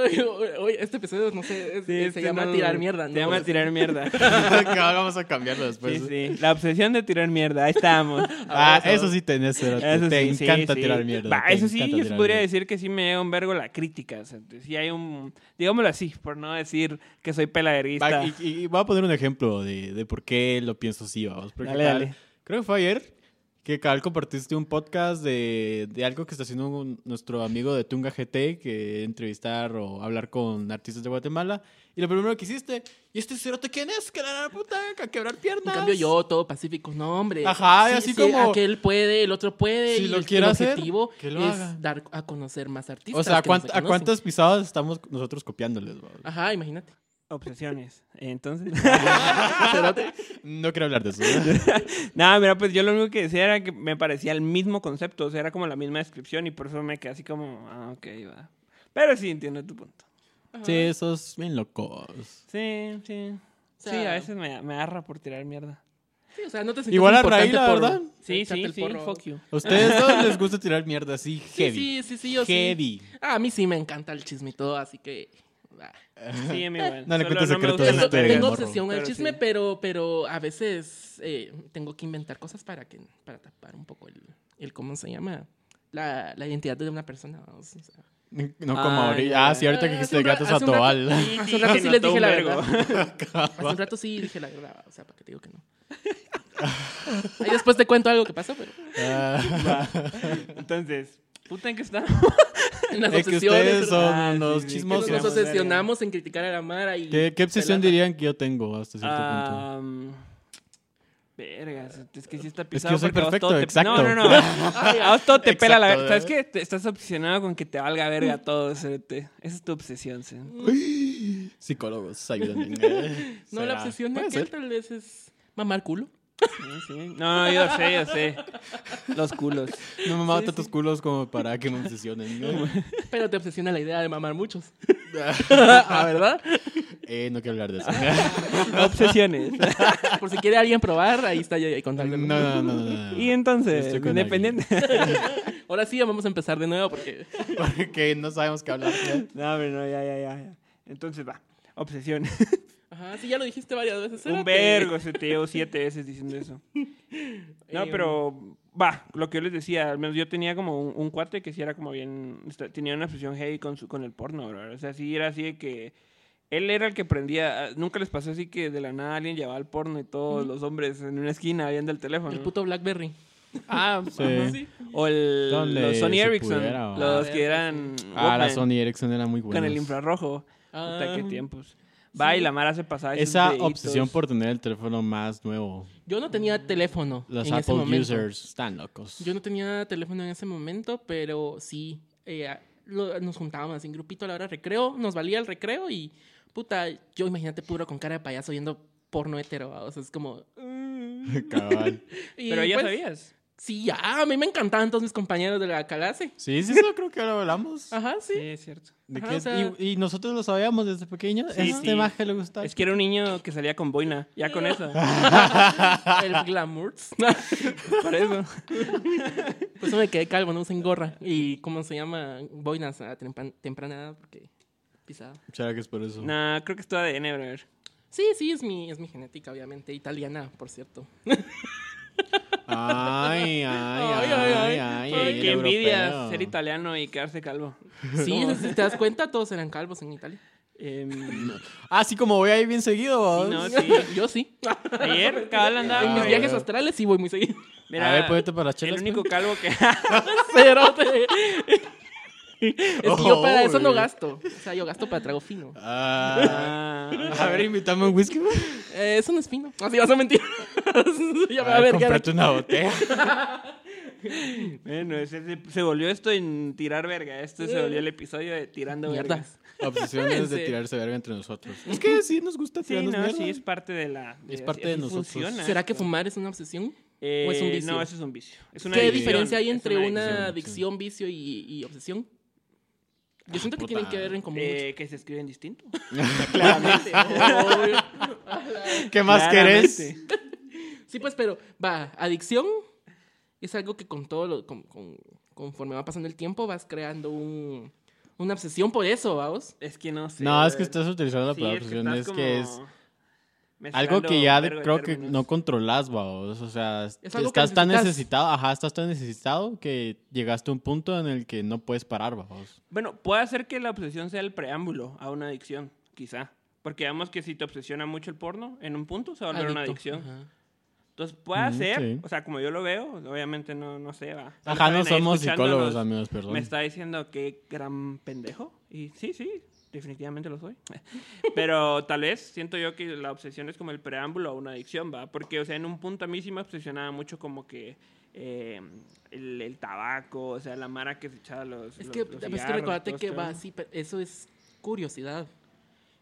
A: Oye, oye, oye, este episodio, no sé, es- eh,
D: Sí,
A: se
D: este
A: llama
D: no-
A: tirar mierda, ¿no?
D: Se llama
A: [laughs]
D: tirar
B: [laughs]
D: mierda.
B: Cabal, Vamos a cambiarlo
D: Sí,
B: después.
D: sí. La obsesión de tirar mierda. Ahí
A: [laughs]
D: estamos.
B: Pues, Ah, eso sí tenés, cerote.
D: Eso
B: te
D: sí, sí,
B: encanta
D: sí.
B: tirar mierda.
D: Va,
B: te
D: eso sí,
B: encanta
D: yo sí
B: tirar
D: podría
B: mierda.
D: decir que sí me da un vergo la crítica. O sea, sí hay un. Digámoslo así, por no decir que soy peladerista.
B: Va, y, y- y voy a poner un ejemplo de, de por qué lo pienso así, vamos. Porque
D: Dale,
B: cabal,
D: dale.
B: Creo que fue ayer que cabal compartiste un podcast de, de algo que está haciendo un- nuestro amigo de Tunga GT, que entrevistar o hablar con artistas de Guatemala. Y lo primero que hiciste, ¿y este cerote quién es? Que la gran puta, a quebrar
A: En
B: piernas.
A: cambio, yo, todo pacífico. No, hombre.
B: Ajá, y así como-
A: Aquel puede, el otro puede.
B: Si
A: y
B: lo
A: el, el
B: quiere hacer,
A: objetivo
B: que lo
A: es
B: haga.
A: dar a conocer más artistas.
B: O sea, ¿a,
A: que no se
B: cuánt- a
A: conocen.
B: cuántas pisadas estamos nosotros copiándoles? vamos?
A: Ajá, imagínate.
D: Obsesiones. Entonces.
A: Cerote.
B: [laughs] No quiero hablar de eso. ¿eh?
D: Nada, mira, pues yo lo único que decía era que me parecía el mismo concepto, o sea, era como la misma descripción y por eso me quedé así como, ah, ok, va. Pero sí, entiendo tu punto.
B: sí, esos bien locos.
D: Sí, sí.
A: sea-
D: sí, a veces me, me arra por tirar mierda.
A: Sí, o sea, no te sientes
B: Igual a
A: importante
B: Raí, la
A: por-
B: verdad.
D: Sí,
A: echarte
D: sí,
A: el
D: sí,
A: porro.
D: fuck you.
B: A ustedes todos les gusta tirar mierda así,
A: Sí,
B: heavy.
A: Sí, sí, sí, yo sí.
B: heavy.
A: Ah, a mí sí me encanta el chisme y todo, así que... ah.
D: Sí, a mí igual.
B: No le
D: Solo
B: cuentes
D: me
B: secretos
D: gustan
B: a
D: las
B: usted,
D: peleas.
A: tengo
B: morro.
A: obsesión al
D: Pero
A: chisme,
D: sí.
A: pero, pero a veces eh, tengo que inventar cosas para, que, para tapar un poco el, el ¿cómo se llama? La, la identidad de una persona. vamos, o sea.
B: No como
D: Ah,
B: ahorita.
D: ya.
B: Ah, sí, ahorita que
A: Hace
B: dijiste
A: un ra-
B: gatos a
A: hace un rato-
B: [laughs] Tobal.
A: [laughs] Hace un rato
D: Sí,
A: sí
D: se
A: les
D: notó
A: dije
D: un
A: la
D: vergo.
A: verdad. [laughs] Hace un rato sí dije la verdad, o sea, para que te digo que no. Ahí después te cuento algo que pasó,
B: [laughs]
A: pero
D: [laughs]
B: Ah.
D: Entonces, puta, ¿en qué está?
A: en las
B: Es que
A: obsesiones...
B: ustedes
A: ¿verdad?
B: son
D: Ah, sí,
B: los
D: sí, que
A: Que nos
D: Mozos.
B: chismosos.
A: obsesionamos en criticar a la Mara y...
B: ¿Qué, qué obsesión
A: pelarla.
B: dirían que yo tengo hasta cierto punto?
D: Ah, mm, Vergas, es que sí está
B: que
D: pisado.
B: yo soy
D: porque a vos
B: perfecto,
D: todo te-
B: exacto.
D: No, no, [laughs] no. A vos todo te pela la verga.
B: Exacto,
D: ¿Sabes qué? Te- estás obsesionado con que te valga verga todo, cerote. Esa es tu obsesión, sí.
B: [gasps] Psicólogos,
D: [laughs]
B: ayúdenme.
A: No, la
B: [laughs] ¿Será?
A: obsesión de
B: Puede
A: aquel
B: ser.
A: tal vez es mamar culo.
D: Sí, sí. No, no, yo sé, yo sé. Los culos.
B: No me mata tus culos como para que me obsesionen. ¿no? [laughs]
A: Pero te obsesiona la idea de mamar muchos. [laughs] Ah, ¿verdad?
B: eh, no quiero hablar de eso.
D: [laughs]
B: [laughs]
D: Ah, Obsesiones.
A: Por si quiere alguien probar, ahí está ya
B: No,
A: contacto.
B: no, no. no, no, no.
D: Y entonces,
B: Estoy con
D: independiente.
A: Ahora sí, vamos a empezar de nuevo porque...
B: Porque no sabemos qué hablar.
D: [laughs] No, pero no, ya, ya, ya. ya. Entonces va. Obsesiones.
A: Ajá, sí, ya lo dijiste varias veces.
D: Un
A: espérate.
D: vergo, se te llevo siete veces diciendo eso. No,
A: Em,
D: pero va, lo que yo les decía, al menos yo tenía como un, un cuate que sí era como bien, esta- tenía una obsesión heavy con, su, con el porno, bro. O sea, sí era así de que él era el que prendía, ah, nunca les pasó así que de la nada alguien llevaba el porno y todos los hombres en una esquina viendo el teléfono.
A: El puto Blackberry.
D: Ah,
B: Sí.
A: Sí.
D: o el,
B: Donde
D: los Sony
B: se
D: Ericsson,
B: pudiera, o-
D: los
A: Ah,
D: que eran
B: Ah, la
D: Walkman,
B: Sony Ericsson era muy buena.
D: con el infrarrojo. Puta, qué
A: Ah.
D: tiempos. Va y la Mara se pasaba esos
B: Esa
D: videitos.
B: obsesión por tener el teléfono más nuevo.
A: Yo no tenía teléfono
B: Los
A: en ese
B: Apple
A: momento.
B: users están locos.
A: Yo no tenía teléfono en ese momento, pero sí. eh, a- lo- nos juntábamos en grupito a la hora de recreo. Nos valía el recreo y, puta, yo imagínate puro con cara de payaso viendo porno hetero. ¿va? O sea, es como... "Mm".
B: Cabal.
A: y,
D: Pero ya
A: pues,
D: sabías.
A: Sí, ya. A mí me encantaban todos mis compañeros de la clase.
B: [laughs] Sí, sí, eso creo que ahora hablamos.
A: Ajá, sí.
D: Sí, es cierto.
B: ¿De
A: Ajá,
B: qué?
A: o sea-
B: y, y nosotros lo sabíamos desde pequeños.
D: Sí,
B: este
D: sí.
B: maje le gustaba.
D: Es que era un niño que salía con boina, ya
A: Ah.
D: con eso.
A: [laughs] El glamour.
D: Por eso.
A: [laughs] Por eso me quedé calvo, no usen gorra. Y cómo se llama boinas a tempan- temprana edad, porque pisado.
B: Chara que es por eso.
D: Nah, creo que es todo ADN, brother.
A: Sí, sí, es mi, es mi genética, obviamente. Italiana, por cierto.
B: [laughs] Ay, ay,
A: ay,
B: ay, ay,
A: ay.
B: ay.
A: Ay,
B: el
D: Qué envidia
B: europeo.
D: ser italiano y quedarse calvo.
A: Sí, si te das cuenta, todos eran calvos en Italia.
D: Em,
A: [laughs]
B: Ah, sí, como voy ahí bien seguido.
D: sí, no,
B: ¿vos?
D: Ah, sí.
A: Yo sí.
D: Ayer cabal andaba.
A: en mis
D: güey.
A: viajes astrales sí voy muy seguido.
D: [laughs] Mira,
B: A ver, ponete para las chelas.
D: el único
B: pues.
D: calvo
A: [laughs]
D: que.
A: Cerote. es que yo para eso no
B: Ojo,
A: gasto. O sea, yo gasto para trago fino.
B: pues. Ah,
D: [laughs]
B: a ver, invítame un whisky. güey. [laughs]
A: Eh, eso no es fino. Así vas a mentir. [laughs] ya me va
B: A
A: a
B: ver,
A: ver.
B: comprate Ah, una botella. [laughs]
D: bueno, ese- se, se volvió esto en tirar verga. Este se volvió el episodio de tirando
A: Mierda.
D: vergas.
B: Obsesiones de
A: Sí.
B: tirarse verga entre nosotros. Es que sí nos gusta
D: Sí,
B: tirarnos
D: no,
B: mierda.
D: sí, es parte de la.
B: Es parte de
D: así
B: nosotros.
D: funciona
A: ¿Será que
D: esto.
A: fumar es una obsesión?
D: Eh,
A: ¿O es un vicio?
D: No, eso es un vicio. Es una
A: ¿Qué
D: adicción,
A: diferencia hay
D: es
A: entre
D: una
A: una,
B: adicción,
A: adicción, vicio y, y obsesión? Yo siento que
B: puta.
A: tienen que ver en común.
D: adicción. Eh, que se escriben distinto.
A: [laughs] claramente.
D: [laughs]
A: obvio.
B: ¿Qué más querés?
D: Claramente.
A: Sí, pues, pero va, adicción es algo que con todo lo, con- con- conforme va pasando el tiempo vas creando un- una obsesión por eso, vamos.
D: Es que no sé.
B: No, es que
D: brother.
B: estás utilizando la
D: Sí,
B: palabra
D: es que
B: obsesión. Es
D: estás
B: que es
D: como
B: algo
D: mezclando
B: que ya
D: un
B: de-
D: vergo de
B: creo que
D: términos.
B: no controlás, vaos. O sea,
A: algo que
B: estás tan
A: necesitas.
B: necesitado, ajá, estás tan necesitado que llegaste a un punto en el que no puedes parar, vaos.
D: Bueno, puede ser que la obsesión sea el preámbulo a una adicción, quizá. Porque digamos que si te obsesiona mucho el porno, en un punto se va a volver una adicción. Entonces puede
B: Ujú,
D: ser,
B: sí.
D: o sea, como yo lo veo, obviamente no, no sé, va.
B: Ajá,
D: Tal vez
B: no
D: alguien ahí
B: somos
D: escuchándonos
B: psicólogos, amigos, perdón.
D: Me está diciendo que gran pendejo. Y sí, sí, definitivamente lo soy.
B: [laughs]
D: Pero tal vez siento yo que la obsesión es como el preámbulo a una adicción, ¿va? Porque, o sea, en un punto a mí sí me obsesionaba mucho como que eh, el, el tabaco, o sea, la mara que se echaba los.
A: Es
D: los-
A: que, pues,
D: los
A: es que
D: cigarros,
A: recordate
D: todo este
A: que
D: esto.
A: va, sí, pero eso es curiosidad.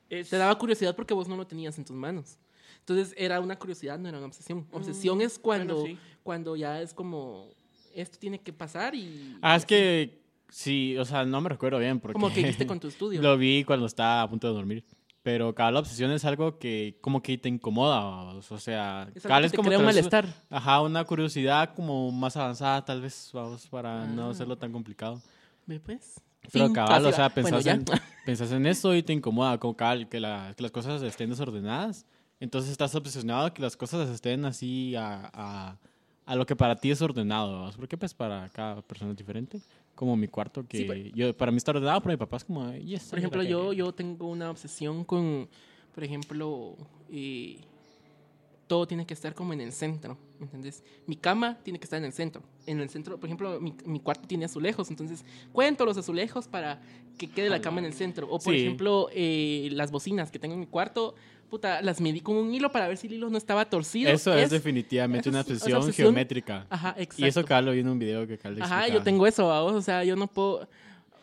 D: Es-
A: Te daba curiosidad porque vos no lo tenías en tus manos. Entonces era una curiosidad, no era una obsesión. Obsesión es cuando,
D: Mm, bueno, sí.
A: cuando ya es como, esto tiene que pasar y...
B: Ah, es que sí, o sea, no me recuerdo bien porque
A: Como que hiciste
B: [laughs]
A: con tu estudio.
B: lo vi cuando estaba a punto de dormir. Pero cada la obsesión es algo que como que te incomoda, vaos. O sea,
A: es algo
B: cada
A: que
B: vez
A: te
B: como
A: crea un
B: te resu-
A: malestar.
B: Ajá, una curiosidad como más avanzada tal vez, vamos, para
A: Ah.
B: no hacerlo tan complicado.
A: Ve, pues.
B: Pero
A: Fin,
B: cabal,
A: así
B: o
A: va.
B: sea,
A: Bueno,
B: pensás,
A: ya. [laughs]
B: en, pensás en eso y te incomoda, como cabal, que, la- que las cosas estén desordenadas. Entonces estás obsesionado que las cosas estén así a, a- a lo que para ti es ordenado, vamos, porque pues para cada persona es diferente. Como mi cuarto, que
A: Sí, pues.
B: yo, para mí está ordenado, pero mi papá es como... "Ay, esta
A: Por ejemplo,
B: mierda
A: yo,
B: que-".
A: yo tengo una obsesión con, por ejemplo, eh, todo tiene que estar como en el centro, ¿me ¿entendés? Mi cama tiene que estar en el centro. En el centro, por ejemplo, mi, mi cuarto tiene azulejos, entonces cuento los azulejos para que quede la cama en el centro. O, por
B: Ah, Sí.
A: ejemplo, eh, las bocinas que tengo en mi cuarto, puta, las medí con un hilo para ver si el hilo no estaba torcido.
B: Eso es,
A: Es-
B: definitivamente
A: eso
B: una
A: es- o sea,
B: obsesión,
A: obsesión-
B: geométrica.
A: Ajá, exacto.
B: Y eso cabal lo vi en un video que cabal le
A: Ajá, yo
B: explicaba.
A: tengo eso, ¿va vos? o sea, yo no puedo,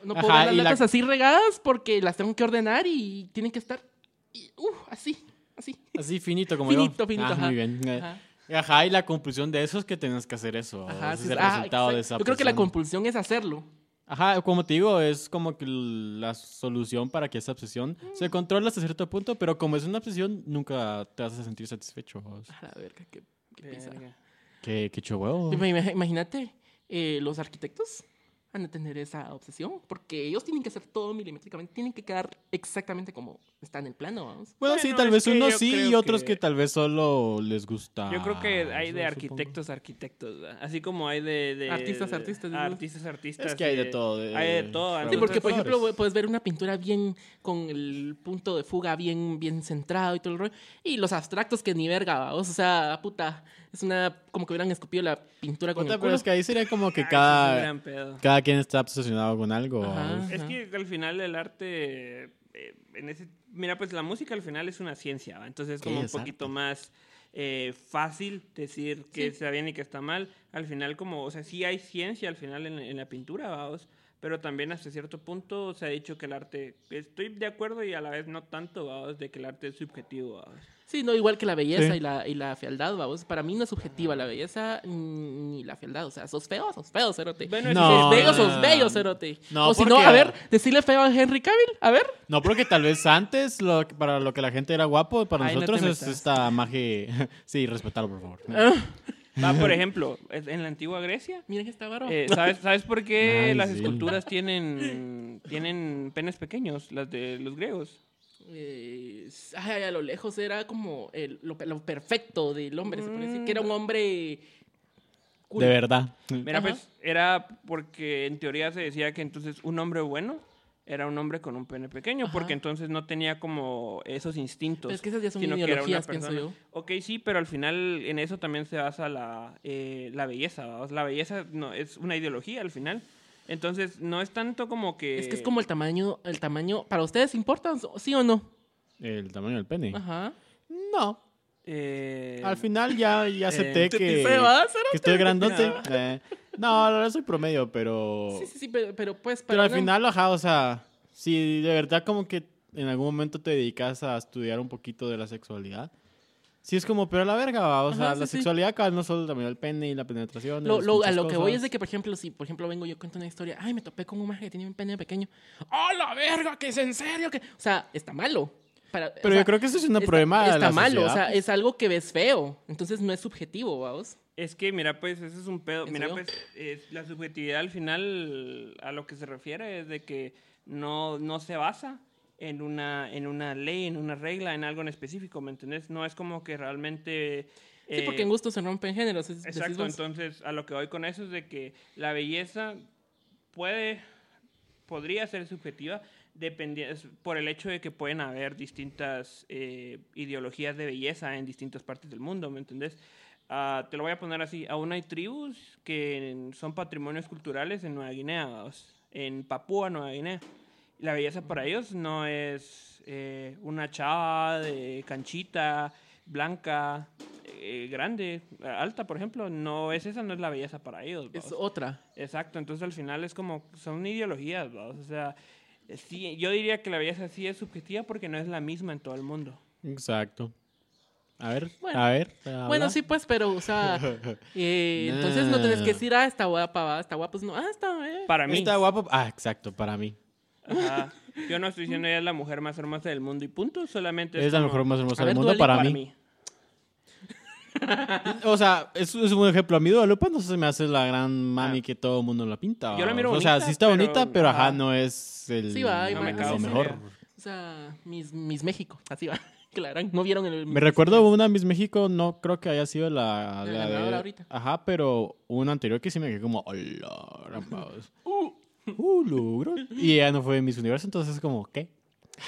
A: no puedo ver
B: Ajá,
A: las
B: y la-
A: latas así regadas porque las tengo que ordenar y tienen que estar, y, uh, así, así.
B: Así finito como
A: Finito,
B: yo.
A: finito,
B: Ah,
A: ajá.
B: Muy bien.
A: Ajá,
B: Ajá, y la conclusión de eso es que tenías que hacer eso.
A: ajá,
B: Oh,
A: sí,
B: ese es el
A: ah,
B: resultado de esa
A: exacto. Yo creo que la
B: obsesión.
A: compulsión es hacerlo.
B: Ajá, como te digo, es como que la solución para que esa obsesión se controle hasta cierto punto, pero como es una obsesión, nunca te vas a sentir satisfecho. vos.
A: A la verga, qué,
D: eh,
A: qué pizarra.
D: Verga.
B: Qué, qué chulo huevo.
A: Ima- ima- Imagínate, eh, los arquitectos a no tener esa obsesión, porque ellos tienen que hacer todo milimétricamente, tienen que quedar exactamente como está en el plano, vamos.
B: Bueno, sí,
D: Bueno,
B: tal
D: es
B: vez
D: que
B: unos
D: yo
B: sí y
D: creo
B: otros que...
D: que
B: tal vez solo les gusta.
D: Yo creo que hay de
B: eso,
D: arquitectos, arquitectos, ¿verdad? así como hay de, de-
A: Artistas,
D: de-
A: artistas, ¿no?
D: artistas, artistas.
B: Es que hay de todo, eh, de-
D: hay de todo.
B: Sí,
A: Sí, porque por
D: entonces-
A: ejemplo
B: flores.
A: puedes ver una pintura bien con el punto de fuga bien bien centrado y todo el rollo y los abstractos que ni verga, vamos, o sea, puta, es una como que hubieran escupido la pintura con
B: Puta,
A: el
B: pero
A: culo.
B: es que ahí sería como que
D: Ah, eso es un
B: cada,
D: gran pedo.
B: cada quien está obsesionado con algo.
A: Ajá.
D: Es que al final el arte, eh, en ese, mira, pues la música al final es una ciencia, ¿va? entonces es
B: Sí,
D: como un
B: es
D: poquito
B: arte.
D: más eh, fácil decir que
A: Sí.
D: está bien y que está mal. Al final como, o sea, sí hay ciencia al final en, en la pintura, vamos, pero también hasta cierto punto se ha dicho que el arte, estoy de acuerdo y a la vez no tanto, vamos, de que el arte es subjetivo, vamos.
A: Sí, no igual que la belleza
B: Sí.
A: y la y la fealdad, vamos, para mí no es subjetiva la belleza ni la fealdad, o sea, sos feo, sos feo, cerote.
D: Bueno,
A: Si
D: No,
A: sos bello,
D: no,
A: sos bello, cerote.
B: No,
A: o si no,
B: porque-
A: a ver, decirle feo a Henry Cavill, a ver.
B: No, porque tal vez antes lo, que- para lo que la gente era guapo, para
D: Ay, no te
B: nosotros es
D: metas.
B: esta magia. [laughs] Sí, respetarlo, por favor.
D: [laughs] Va,
B: [laughs]
D: por ejemplo, es- en la antigua Grecia.
A: Miren que está barba.
D: eh, ¿sabes, ¿Sabes por qué
B: [laughs] Ay,
D: las
B: sí.
D: esculturas tienen, tienen penes pequeños, las de los griegos?
A: Eh, ay, a lo lejos era como el- lo, pe- lo perfecto del hombre, se puede decir,
D: Mm.
A: que era un hombre cool.
B: De verdad.
D: Mira,
A: Ajá.
D: pues era porque en teoría se decía que entonces un hombre bueno era un hombre con un pene pequeño,
A: Ajá.
D: porque entonces no tenía como esos instintos.
A: Pero es que esas ya son
D: sino que era una
A: ideologías, pienso
D: persona. Ok, sí, pero al final en eso también se basa la, eh, la belleza. ¿va? O sea, La belleza no, es una ideología al final. Entonces no es tanto como que...
A: Es que
B: Eh,
A: es como el tamaño, el tamaño, ¿para ustedes importa, sí o no?
B: El tamaño del pene.
A: Ajá.
B: No.
D: eh,
B: Al final ya, ya acepté
D: eh,
B: que,
A: ¿Te pisé, va,
B: que
A: Cero?
B: estoy grandote. Eh, no, la verdad soy promedio, pero.
A: Sí, sí, sí, pero, pero pues...
B: Pero
A: para
B: al
A: una-
B: final, ajá, o sea, si de verdad como que en algún momento te dedicas a estudiar un poquito de la sexualidad, sí es como, pero la verga, va, o
A: Ajá,
B: sea,
A: sí,
B: la
A: sí.
B: sexualidad cabal, no solo también el pene y la penetración.
A: Lo-
B: es
A: lo- a
B: muchas
A: lo que voy
B: cosas.
A: es de que, por ejemplo, si por ejemplo vengo yo cuento una historia, ay, me topé con un maje que tenía un pene pequeño. ¡Oh, la verga! ¿Que es en serio? que O sea, está malo. Para-
B: Pero
A: o sea,
B: yo creo que eso es un
A: está-
B: problema de
A: Está,
B: la
A: malo, o
B: sociedad,
A: sea, es algo que ves feo. Entonces no es subjetivo, vamos.
D: Es que, mira, pues, eso es un pedo.
A: ¿En
D: Mira,
A: serio?
D: pues, es- la subjetividad al final a lo que se refiere es de que no, no se basa en una, en una ley, en una regla, en algo en específico, ¿me entendés? No es como que realmente...
A: sí,
D: eh,
A: porque en gusto se rompen géneros. es- decís
D: Exacto,
A: vos.
D: entonces a lo que voy con eso es de que la belleza puede, podría ser subjetiva dependi- es por el hecho de que pueden haber distintas eh, ideologías de belleza en distintas partes del mundo, ¿me entendés? Ah, te lo voy a poner así, aún hay tribus que son patrimonios culturales en Nueva Guinea, vamos, en Papúa, Nueva Guinea. La belleza para ellos no es eh, una chava de canchita, blanca, eh, grande, alta, por ejemplo. No es esa, no es la belleza para ellos.
A: Es
D: vamos.
A: otra.
D: Exacto, entonces al final es como, son ideologías, vamos, o sea, eh, sí, yo diría que la belleza sí es subjetiva porque no es la misma en todo el mundo.
B: Exacto. A ver,
A: Bueno.
B: a ver.
A: Bueno,
B: habla.
A: sí, pues, pero, o sea,
B: [laughs]
A: eh, entonces no tenés que
B: Nah.
A: decir, ah, está guapa, va, está guapa, pues no, ah, está, eh.
D: Para mí,
B: Está guapo. Ah, exacto, para mí.
D: ajá, yo no estoy diciendo ella es la mujer más hermosa del mundo y punto, solamente
B: Es, la
D: como-
B: mejor más hermosa
A: A
B: del
A: ver,
B: mundo
A: Dua
B: para
A: Lipa,
B: mí. O sea, es, es un ejemplo. A mí Dua Lipa no se me hace la gran mami
D: Ah.
B: que todo el mundo la pinta.
D: Yo la
B: ¿va?
D: miro
B: O sea,
D: bonita,
B: sí está
D: pero-
B: bonita, pero ajá,
D: ajá.
B: no es el
A: Sí, va, hay
B: lo
A: más-
D: sí, sí,
B: mejor.
D: sí.
A: O sea, mis, mis México, así va. [laughs] Claro, no vieron el...
B: Me recuerdo una Miss México, no creo que haya sido la,
A: La
B: la
A: ganadora
B: de-
A: ahorita.
B: Ajá, pero una anterior que sí me quedé como, hola, rampados. Uh, logro. Y ella no fue Miss Universo, entonces como, ¿qué?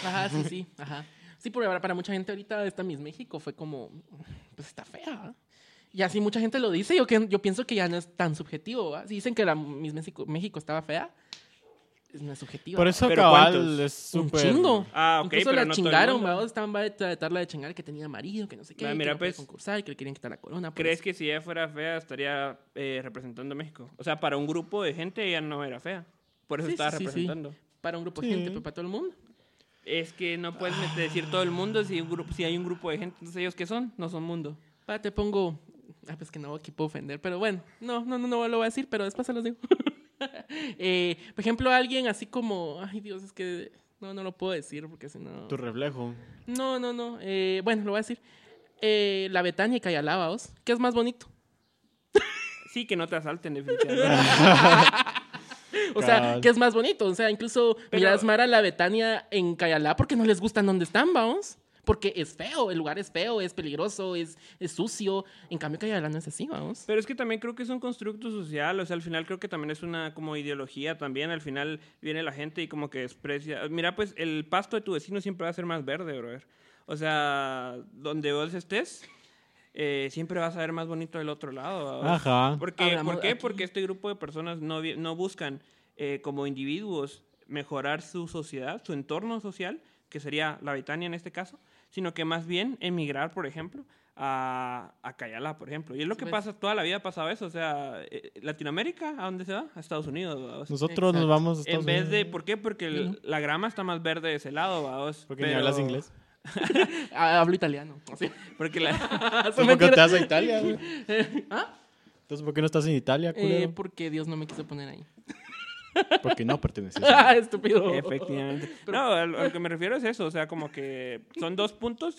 A: Ajá, sí, sí, ajá. Sí, porque para- para mucha gente ahorita esta Miss México fue como, pues está fea. Y así mucha gente lo dice, yo, que, yo pienso que ya no es tan subjetivo, ¿va? Si dicen que la Miss México, México estaba fea, es- no es subjetivo.
B: Por
A: ¿va?
B: eso
D: ¿Pero
B: cabal
D: cuántos?
B: es
A: Un
B: súper...
A: chingo.
D: Ah, ok,
A: Incluso
D: pero
A: la
D: no todo el
A: chingaron,
D: mundo.
A: ¿va? Estaban va a tratarla de chingar que tenía marido, que no sé qué,
D: Ah,
A: que
D: mira,
A: no podía
D: pues.
A: concursar, y que le querían quitar la corona. pues, por
D: ¿Crees
A: eso.
D: que si ella fuera fea estaría eh, representando a México? O sea, para un grupo de gente ella no era fea, por eso
A: Sí,
D: estaba
A: sí, sí, sí.
D: representando.
A: Para un grupo
B: Sí.
A: de gente, pero para todo el mundo.
D: Es que no puedes meter- decir todo el mundo si, un grupo, si hay un grupo de gente. Entonces, ¿ellos qué son? No son mundo.
A: Va, te pongo. Ah, pues que no, aquí puedo ofender. Pero bueno, no, no, no, no lo voy a decir, pero después se los digo. [laughs] Eh, por ejemplo, alguien así como. Ay, Dios, es que. No, no lo puedo decir porque si no.
B: Tu reflejo.
A: No, no, no. eh, bueno, lo voy a decir. Eh, la Betania y Cayalá, ¿os? ¿Qué es más bonito?
D: Sí, que no te asalten, definitivamente.
A: O sea,
B: Cabal.
A: que es más bonito. O sea, incluso
D: Pero-
A: miras Mara la Betania en Cayalá porque no les gustan donde están, vamos. Porque es feo, el lugar es feo, es peligroso, es, es sucio. En cambio, Cayalá no es así, vamos.
D: Pero es que también creo que es un constructo social, o sea, al final creo que también es una como ideología también, al final viene la gente y como que desprecia, mira, pues el pasto de tu vecino siempre va a ser más verde, brother. O sea, donde vos estés, eh, siempre vas a ver más bonito del otro lado. ¿va vos?
B: Ajá.
D: Porque,
A: Hablamos
D: ¿Por qué?
A: aquí.
D: Porque este grupo de personas no, vi- no buscan eh, como individuos mejorar su sociedad, su entorno social, que sería la Betania en este caso, sino que más bien emigrar, por ejemplo, a, a Cayala, por ejemplo. Y es lo
A: Sí,
D: que
A: pues.
D: pasa, toda la vida ha pasado eso. O sea, eh, Latinoamérica, ¿a dónde se va? A Estados Unidos. ¿va? O sea,
B: Nosotros
A: Exacto.
B: nos vamos a
D: en
B: Estados
D: vez de,
B: Unidos.
D: ¿por qué? Porque el-
A: Bueno.
D: la grama está más verde de ese lado, ¿va? O sea,
B: Porque ni
D: pero-
B: hablas inglés.
A: Ah, hablo italiano. Así. [laughs]
D: Porque la...
B: [laughs]
D: [laughs]
A: Son
B: ¿Tú [laughs] por qué te
A: mentiras.
B: vas a
A: [laughs]
B: Italia, güey? Entonces, ¿por qué no estás en Italia,
A: ¿Ah? Eh, [laughs]
B: culero?
A: porque Dios no me quiso poner
B: [laughs]
A: ahí.
B: Porque no perteneces.
A: [laughs] Ah, Estúpido.
D: Efectivamente. No, a lo a lo que me refiero es eso, o sea, como que son dos puntos,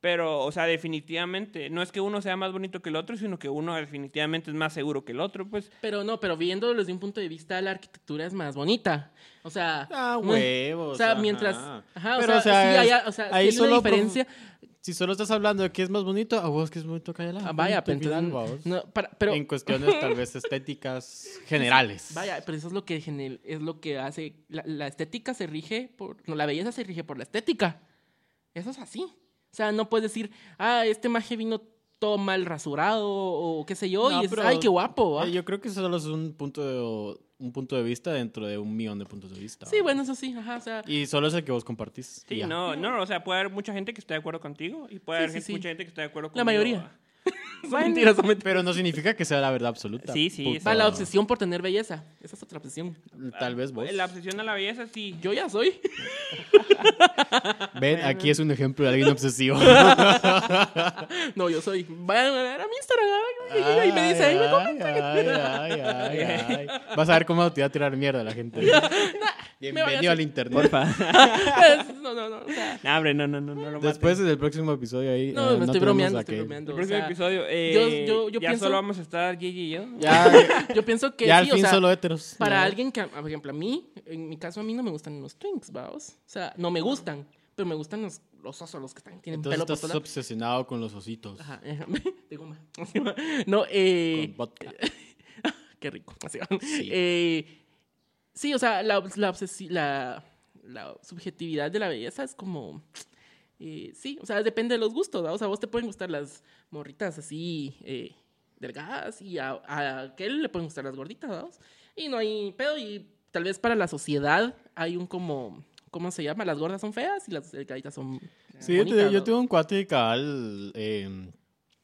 D: pero, o sea, definitivamente, no es que uno sea más bonito que el otro, sino que uno definitivamente es más seguro que el otro, pues.
A: Pero no, pero viéndolo desde un punto de vista, la arquitectura es más bonita. O sea.
B: Ah,
A: no-
B: huevos.
A: O sea,
B: ajá.
A: mientras. Ajá,
B: Pero,
A: o sea, sí,
B: es-
A: hay, o sea, sí
B: ahí
A: hay una
B: solo pro-
A: diferencia.
B: Si solo estás hablando de qué es más bonito, a vos que es bonito, cállala.
A: Ah, vaya, pero.
B: Punto final,
A: entonces,
B: babos.
A: no, para- pero
B: En cuestiones
A: [laughs]
B: tal vez estéticas generales.
A: Vaya, pero eso es lo que genel- es lo que hace la, la estética se rige por no la belleza se rige por la estética. Eso es así. O sea, no puedes decir, "Ah, este maje vino todo mal rasurado o qué sé yo"
B: No,
A: y es,
B: pero-
A: "Ay, qué guapo." ¿ah?".
B: Eh, yo creo que eso solo es un punto, de, un punto de vista dentro de un millón de puntos de vista.
A: Sí, bueno, eso sí, ajá, o sea,
B: Y solo es el que vos compartís. y
D: Sí,
B: ya.
D: no, no, no, o sea, puede haber mucha gente que esté de acuerdo contigo y puede
A: Sí,
D: haber
A: sí,
D: gente-
A: sí.
D: mucha gente que esté de acuerdo contigo.
A: La mayoría.
B: [laughs]
D: Bueno,
A: son mentiras, son mentiras.
B: Pero no significa que sea la verdad absoluta.
D: Sí, sí,
B: puto.
A: Va la obsesión por tener belleza. Esa es otra obsesión.
B: Tal vez vos.
D: La obsesión a la belleza, sí.
A: Yo ya soy. [laughs]
B: Ven, aquí es un ejemplo de
A: [laughs]
B: alguien obsesivo.
A: No, yo soy. Vayan a ver a mi Instagram. ay, ay, Y me dice, "Ay, me
B: Ay, ay, ay, ay, ay. Vas a ver cómo te va a tirar mierda
A: [laughs]
B: la gente.
A: me van
B: Bienvenido
A: a
B: al internet.
A: compras". No, no, no. o sea,
D: No, hombre, no, no, no, no lo
B: Después
D: maten.
B: del próximo episodio ahí.
A: no,
B: eh,
A: me estoy
B: tenemos
A: bromeando,
B: a
A: estoy
B: qué.
A: bromeando.
D: El
A: o
D: próximo
A: sea,
D: episodio, eh,
A: yo- yo
D: ya
A: pienso-
D: solo vamos a estar Gigi y yo.
B: [laughs] Ya,
A: yo pienso [laughs] que
B: ya
A: sí,
B: al
A: o
B: fin
A: sea,
B: solo heteros.
A: Para
B: Ya.
A: alguien que, ah, por ejemplo, a mí, en mi caso, a mí no me gustan los twinks, vaos. O sea, no me gustan, pero me gustan los, los osos, los que están, tienen
B: Entonces
A: pelo por
B: estás
A: todas
B: obsesionado con los ositos.
A: Ajá, [laughs] ajá, de goma. Así va. [laughs] No, eh,
B: Con vodka.
A: qué rico. [laughs] Así va.
B: Sí.
A: Eh, sí, o sea, la, la, obsesi- la, la subjetividad de la belleza es como... eh, sí, o sea, depende de los gustos, ¿va? O sea, vos te pueden gustar las morritas así eh, delgadas y a, a aquel le pueden gustar las gorditas, ¿va? Y no hay pedo y tal vez para la sociedad hay un como... ¿Cómo se llama? Las gordas son feas y las delgaditas son...
B: Sí, yo,
A: bonitas,
B: te- yo
A: ¿va?
B: tuve un cuate que cabal. Eh,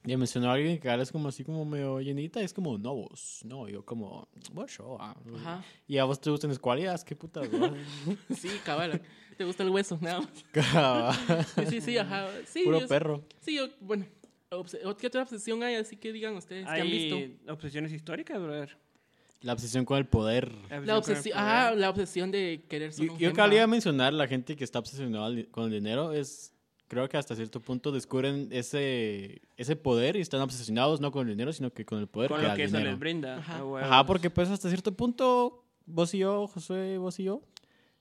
B: ya mencionó a alguien que cabal es como así como medio llenita. Y es como, no vos. No, yo como, vos yo. ah".
A: Ajá.
B: Y a vos te gustan las cualidades. Qué puta. ¿verdad?
A: [laughs]
B: [laughs]
A: Sí, cabal. Te gusta el hueso, nada más.
B: Cabal.
A: Sí, sí, ajá. Sí,
B: Puro
A: yo-
B: perro.
A: Sí, yo, bueno. obse- ¿Qué otra obsesión hay? Así que digan ustedes que han visto.
D: Hay obsesiones históricas, brother.
B: La obsesión con el poder.
A: La obsesión, ajá, la obsesión de querer ser
B: Yo,
A: un
B: yo
A: genio.
B: quería mencionar la gente que está obsesionada al- con el dinero es creo que hasta cierto punto descubren ese ese poder y están obsesionados no con el dinero sino que con el poder
D: Con
B: que
D: lo
B: da el
D: que eso
B: dinero.
D: les brinda.
A: Ajá.
D: a huevos.
B: Ajá, porque pues hasta cierto punto vos y yo, José, vos y yo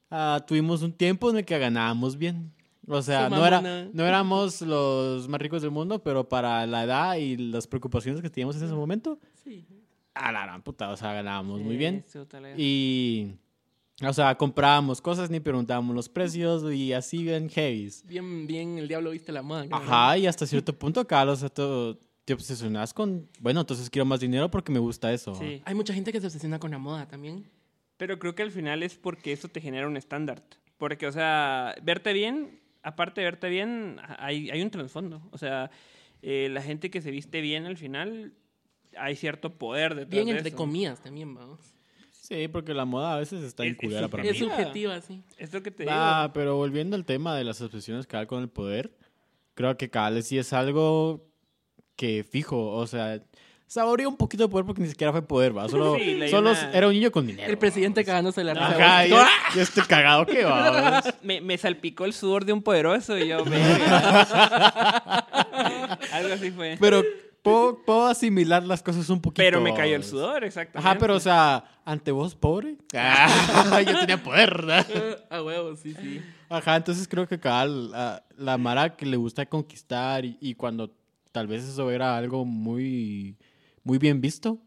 B: ah, tuvimos un tiempo en el que ganábamos bien. O sea,
A: Su
B: no, era,
A: mamona.
B: no éramos los más ricos del mundo, pero para la edad y las preocupaciones que teníamos en ese momento,
A: Sí.
B: a la gran puta, o sea, ganábamos Pues muy bien.
D: Eso, tal vez.
B: Y, o sea, comprábamos cosas, ni preguntábamos los precios y así bien heavies.
A: Bien, bien, el diablo viste la mano.
B: Ajá, y hasta cierto punto acá, o sea, to- te obsesionas con, bueno, entonces quiero más dinero porque me gusta eso.
D: Sí.
A: Hay mucha gente que se obsesiona con la moda también.
D: Pero creo que al final es porque eso te genera un estándar. Porque, o sea, verte bien, aparte de verte bien, hay, hay un trasfondo. O sea, eh, la gente que se viste bien al final, hay cierto poder detrás
A: Bien,
D: de
A: entre
D: eso.
A: comillas también, vamos.
B: Sí, porque la moda a veces está
D: Es-
B: en
D: es
B: culera para mí.
A: Es
D: Mira.
A: subjetiva, sí.
D: Es lo que te
B: Ah, pero volviendo al tema de las obsesiones cada con el poder, creo que cada sí es algo que fijo, o sea, saboreó un poquito de poder porque ni siquiera fue poder,
D: [laughs]
B: va, solo,
D: Sí, leí
B: solo
D: una-
B: era un niño con dinero.
A: El presidente cagándose la
B: ¿va?
A: risa.
B: Ajá,
A: güey.
B: yo, yo estoy cagado que
D: [laughs]
B: va.
D: digo. Me, me salpicó
B: [laughs]
D: el sudor de un poderoso y yo, verga. Algo así fue.
B: Pero puedo, puedo asimilar las cosas un poquito.
D: Pero me cayó el sudor, exactamente.
B: Ajá, pero o sea, ante vos, pobre. Ah, yo tenía poder, ¿verdad?
A: [laughs] A huevo, sí, sí.
B: Ajá, entonces creo que acá la, la Mara que le gusta conquistar y, y cuando tal vez eso era algo muy, muy bien visto,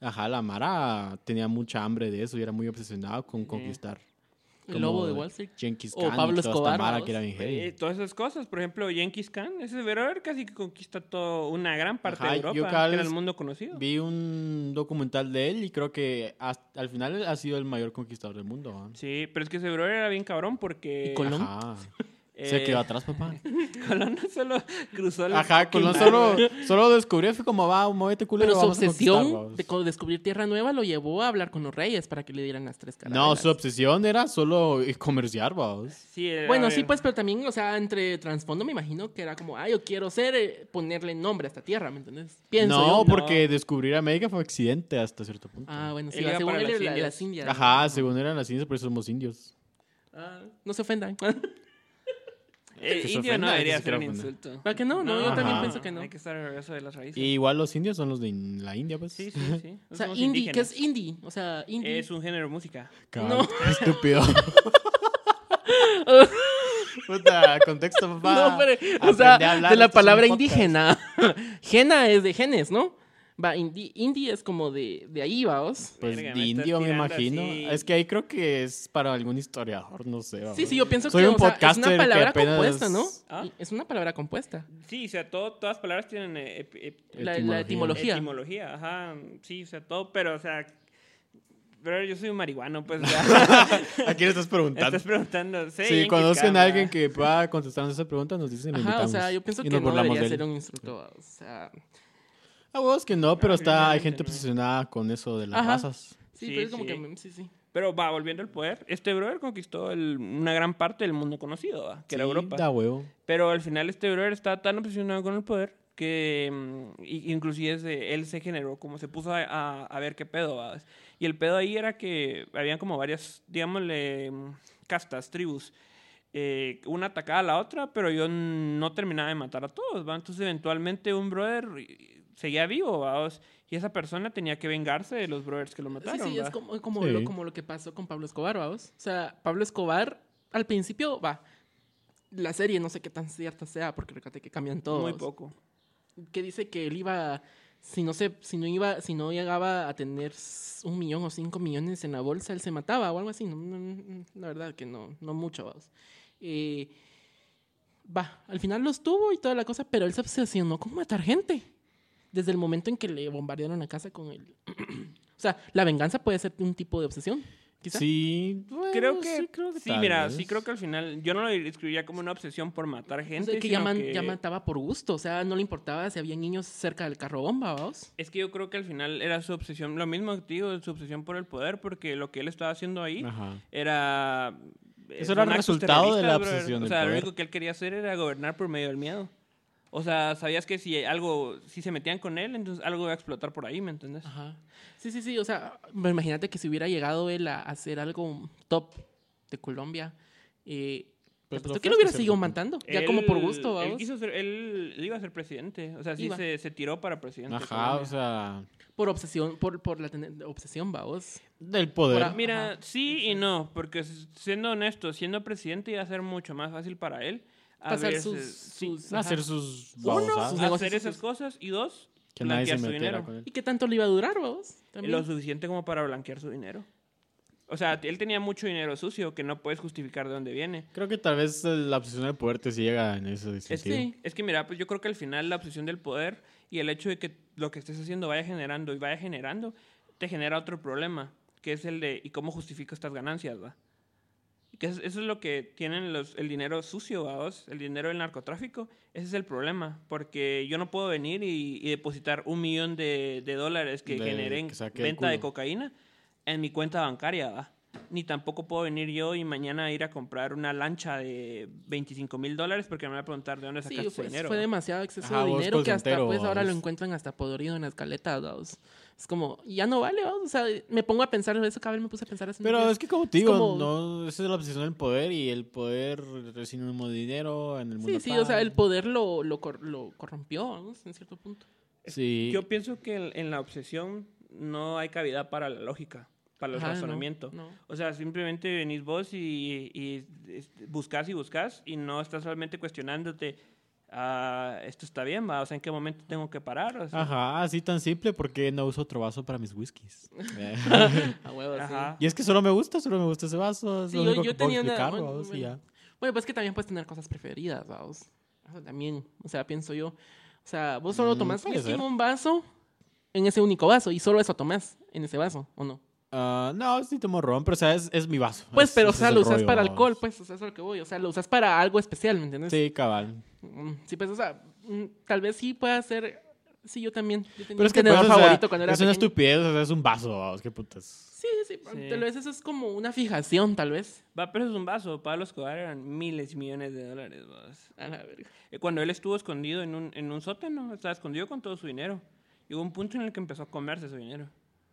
B: ajá, la Mara tenía mucha hambre de eso y era muy obsesionado con conquistar.
A: El lobo de Wall Street.
B: Jenkins
A: O
B: Khan y
A: Pablo
B: toda esta
A: Escobar,
B: Mara
A: ¿no?
B: que era bien heavy.
D: Eh, todas esas cosas, por ejemplo, Jenkins Khan, ese Verón casi que conquista todo, una gran parte
B: Ajá,
D: de
B: yo
D: Europa,
B: cada
D: que era
B: vez
D: el mundo conocido.
B: Vi un documental de él y creo que hasta- al final ha sido el mayor conquistador del mundo. ¿va?
D: Sí, pero es que ese Verón era bien cabrón porque...
A: Y Colón.
B: Ajá.
D: eh,
B: Se
D: [laughs]
B: quedó atrás, papá.
A: [laughs]
D: Colón no solo cruzó el...
B: Ajá, Colón solo, solo descubrió, fue como, va, muévete culero,
A: Pero su
B: vamos a conquistar,
A: obsesión
B: vamos".
A: de co- descubrir Tierra Nueva lo llevó a hablar con los reyes para que le dieran las tres caras.
B: No, su obsesión era solo eh, comerciar, vamos.
D: Sí, era-
A: Bueno, sí, pues, pero también, o sea, entre trasfondo me imagino que era como, ah, yo quiero ser, eh, ponerle nombre a esta tierra, ¿me entiendes? Pienso
B: No, pues,
A: yo.
B: porque descubrir América fue accidente hasta cierto punto.
A: Ah, bueno, sí,
D: Él
A: la
D: iba
A: según
D: para
A: él
D: las
A: era la de
D: Indias.
A: las Indias.
B: Ajá, según eran las indias, por eso somos indios.
A: Ah, no se ofendan. [laughs]
D: Eh,
B: que se
D: indio
B: ofenda,
D: no
B: que
D: debería
B: se
D: ser
B: quiera
D: un
B: ofender.
D: insulto.
A: ¿Para que no? No, yo también
B: Ajá.
A: pienso que no.
D: Hay que estar orgulloso de las raíces.
B: Y igual los indios son los de in- la India, pues.
D: Sí, sí, sí.
A: O sea,
D: Somos
A: indie, ¿qué
D: indígenas.
A: es indie? O sea, indie.
D: Es un género de música.
A: [laughs]
B: Cabal,
A: No.
B: qué Estúpido. [laughs] Puta, contexto,
A: [laughs]
B: papá.
A: No, hombre, o
B: Aprende
A: sea,
B: a hablar,
A: de
B: esto es
A: la
B: un
A: palabra
B: podcast.
A: indígena. [laughs] Gena es de genes, ¿no? Va, indie, indie es como de, de ahí, vaos.
B: Pues
D: Verga,
B: de
D: me estás
B: indio, me
D: tirando
B: imagino.
D: así.
B: Es que ahí creo que es para algún historiador, no sé.
A: Sí,
B: vamos.
A: sí, yo pienso
B: Soy
A: que
B: un
A: o sea, es
B: podcaster
A: una
B: que
A: palabra
B: apenas-
A: compuesta, ¿no?
D: ¿Ah?
A: Y- Es una palabra compuesta.
D: Sí, o sea, todo, todas palabras tienen eh, ep- ep-
A: La, la etimología.
B: Etimología.
D: etimología. Ajá, sí, o sea, todo, pero, o sea... Pero yo soy un marihuano, pues,
B: [laughs]
D: o sea,
B: ¿A quién estás preguntando?
D: [laughs] estás preguntando.
B: Si
D: Sí, Jenkins
B: conocen
D: Khan,
B: a
D: ¿verdad?
B: alguien que pueda contestarnos esa pregunta, nos dicen. lo
A: Ajá, o
B: invitamos.
A: sea, yo pienso
B: Y
A: que
B: nos
A: no
B: burlamos
A: debería
B: de él.
A: ser un instructor. O sea,
B: A vos que no, pero
D: No,
B: está, hay
D: claramente
B: gente
D: no.
B: obsesionada con eso de las
A: Ajá.
B: razas.
A: sí,
D: Sí,
A: pero es como
D: sí.
A: que mm, sí, sí.
D: Pero va, volviendo al poder, este brother conquistó el- una gran parte del mundo conocido, ¿va? que era
B: Sí,
D: Europa.
B: Da huevo.
D: Pero al final este brother estaba tan obsesionado con el poder que mm, i- inclusive se- él se generó, como se puso a, a- a ver qué pedo. ¿va? Y el pedo ahí era que habían como varias, digámosle, mm, castas, tribus. Eh, una atacaba a la otra, pero yo no terminaba de matar a todos. ¿va? Entonces eventualmente un brother eh, seguía vivo ¿va? O sea, y esa persona tenía que vengarse de los brothers que lo mataron.
A: sí, sí, es
D: ¿va?
A: como, como,
B: Sí.
A: Lo, como lo que pasó con Pablo Escobar, vamos. O sea, Pablo Escobar, al principio, va. La serie, no sé qué tan cierta sea, porque fíjate que cambian todos.
D: Muy poco.
A: que dice que él iba si no se si no iba si no llegaba a tener s- un millón o cinco millones en la bolsa él se mataba o algo así no, no, no, la verdad que no no mucho vamos. Eh, va al final los tuvo y toda la cosa pero él se obsesionó con matar gente desde el momento en que le bombardearon la casa con el [clears throat] o sea la venganza puede ser un tipo de obsesión quizá
B: Ah, Sí, bueno,
D: creo que sí,
B: tal
D: mira,
B: vez.
D: sí creo que al final yo no lo describiría como una obsesión por matar
A: O sea,
D: gente,
A: que, ya,
D: sino
A: man-
D: que-
A: ya mataba por gusto o sea no le importaba si había niños cerca del carro bomba vamos
D: es que yo creo que al final era su obsesión, lo mismo que te digo, su obsesión por el poder, porque lo que él estaba haciendo ahí
B: Ajá.
D: era eh,
B: Eso era
D: son
B: el
D: actos
B: resultado de la
D: terroristas, brother.
B: obsesión
D: O
B: del
D: sea, lo
B: poder.
D: único que él quería hacer era gobernar por medio del miedo. O sea, sabías que si algo si se metían con él, entonces algo iba a explotar por ahí, ¿me entiendes?
A: Ajá. Sí, sí, sí. O sea, me- imagínate que si hubiera llegado él a hacer algo top de Colombia, eh,
B: Pues
A: apuesto
B: lo
A: que lo
B: fue hasta
A: hubiera
B: cierto
A: seguido
B: punto.
A: matando. Ya
D: Él-
A: como por gusto, vamos.
D: Él, quiso ser- él- él iba a ser presidente. O sea, sí
A: Iba.
D: se, se tiró para presidente.
B: Ajá,
D: Colombia.
B: o sea,
A: Por obsesión, por, por la tene- obsesión, vamos.
B: del poder.
A: Ahora-
D: Mira,
A: Ajá.
D: sí y no, porque s- siendo honesto, siendo presidente iba a ser mucho más fácil para él a
A: Pasar
D: verse-
A: sus-
D: sí,
A: sus-
D: ajá.
B: hacer sus
A: Uno,
B: babosadas.
A: sus negocios,
D: hacer esas
A: sus-
D: cosas y dos,
B: que nadie se
D: blanquear su
B: metiera
D: dinero.
B: con él.
A: ¿Y qué tanto le iba a durar, vamos?
D: Lo suficiente como para blanquear su dinero. O sea, él tenía mucho dinero sucio que no puedes justificar de dónde viene.
B: Creo que tal vez eh, la obsesión del poder te ciega en ese
D: Es
B: sentido.
D: que, es que mira, pues yo creo que al final la obsesión del poder y el hecho de que lo que estés haciendo vaya generando y vaya generando, te genera otro problema, que es el de ¿y cómo justifico estas ganancias? Va? Que es- eso es lo que tienen los, el dinero sucio, ¿va vos? el dinero del narcotráfico. Ese es el problema, porque yo no puedo venir y, y depositar un millón de, de dólares que
B: De-
D: generen
B: que saque del
D: venta de
B: culo.
D: cocaína en mi cuenta bancaria, ¿va? Ni tampoco puedo venir yo y mañana ir a comprar una lancha de 25 mil dólares porque me van a preguntar de dónde
A: Sí,
D: sacaste ese
A: fue,
D: dinero.
A: fue demasiado exceso
B: Ajá,
A: de
B: vos
A: dinero que hasta
B: consentero,
A: pues ahora lo
B: vos.
A: encuentran hasta podrido en las caletas, vamos. Es como, ya no vale, vamos. O sea, me pongo a pensar eso, cabrón, me puse a pensar eso.
B: Pero es que como te
A: Es
B: digo,
A: como-
B: no, esa es la obsesión del poder y el poder recibe un dinero en el
A: Sí,
B: mundo.
A: sí, o sea,
B: tal.
A: el poder lo, lo, cor- lo corrompió, vamos, en cierto punto.
B: Sí.
D: Yo pienso que en, en la obsesión no hay cavidad para la lógica, para el
A: Ajá, no,
D: razonamiento.
A: no.
D: O sea, simplemente venís vos y, y este, buscas y buscas y no estás realmente cuestionándote, ah, esto está bien, va, o sea, ¿en qué momento tengo que parar? O sea,
B: Ajá, así tan simple, porque no uso otro vaso para
A: [laughs]
B: mis whiskies. Eh,
A: A huevo, sí.
D: ajá.
B: [laughs] y es que solo me gusta, solo me gusta ese vaso. Es
A: Sí,
B: lo
A: yo-
B: único
A: yo
B: que puedo
A: tenía una-
B: explicar,
A: bueno,
B: vamos, y
A: bueno.
B: ya.
A: Bueno, pues que también puedes tener cosas preferidas, vamos. Eso también, o sea, pienso yo. O sea, vos solo
B: Mm,
A: tomás
B: puede
A: whisky en
B: ser.
A: un vaso, en ese único vaso, y solo eso tomás en ese vaso, ¿o no?
B: Ah, no, sí tomo ron, pero o sea, es, es mi vaso.
A: Pues,
B: Es-
A: pero, o
B: ese
A: sea,
B: es el
A: lo usas
B: rollo,
A: para
B: vamos.
A: alcohol, pues, o sea, eso es lo que voy. O sea, lo usas para algo especial, ¿me entiendes?
B: Sí, cabal.
A: Mm, Sí, pues, o sea, mm, tal vez sí pueda ser. Sí, yo también. Yo tenía
B: Pero es que
A: un tenedor
B: pues, o sea,
A: favorito cuando era
B: es una
A: pequeña.
B: estupidez, o sea, es un vaso, vamos, qué putas.
A: Sí, sí, sí. Tal vez eso es como una fijación, tal vez.
D: Va, pero es un vaso. Pablo Escobar eran miles y millones de dólares. vos.
A: A la verga.
D: Eh, Cuando él estuvo escondido en un, en un sótano, estaba escondido con todo su dinero. Y hubo un punto en el que empezó a comerse su dinero.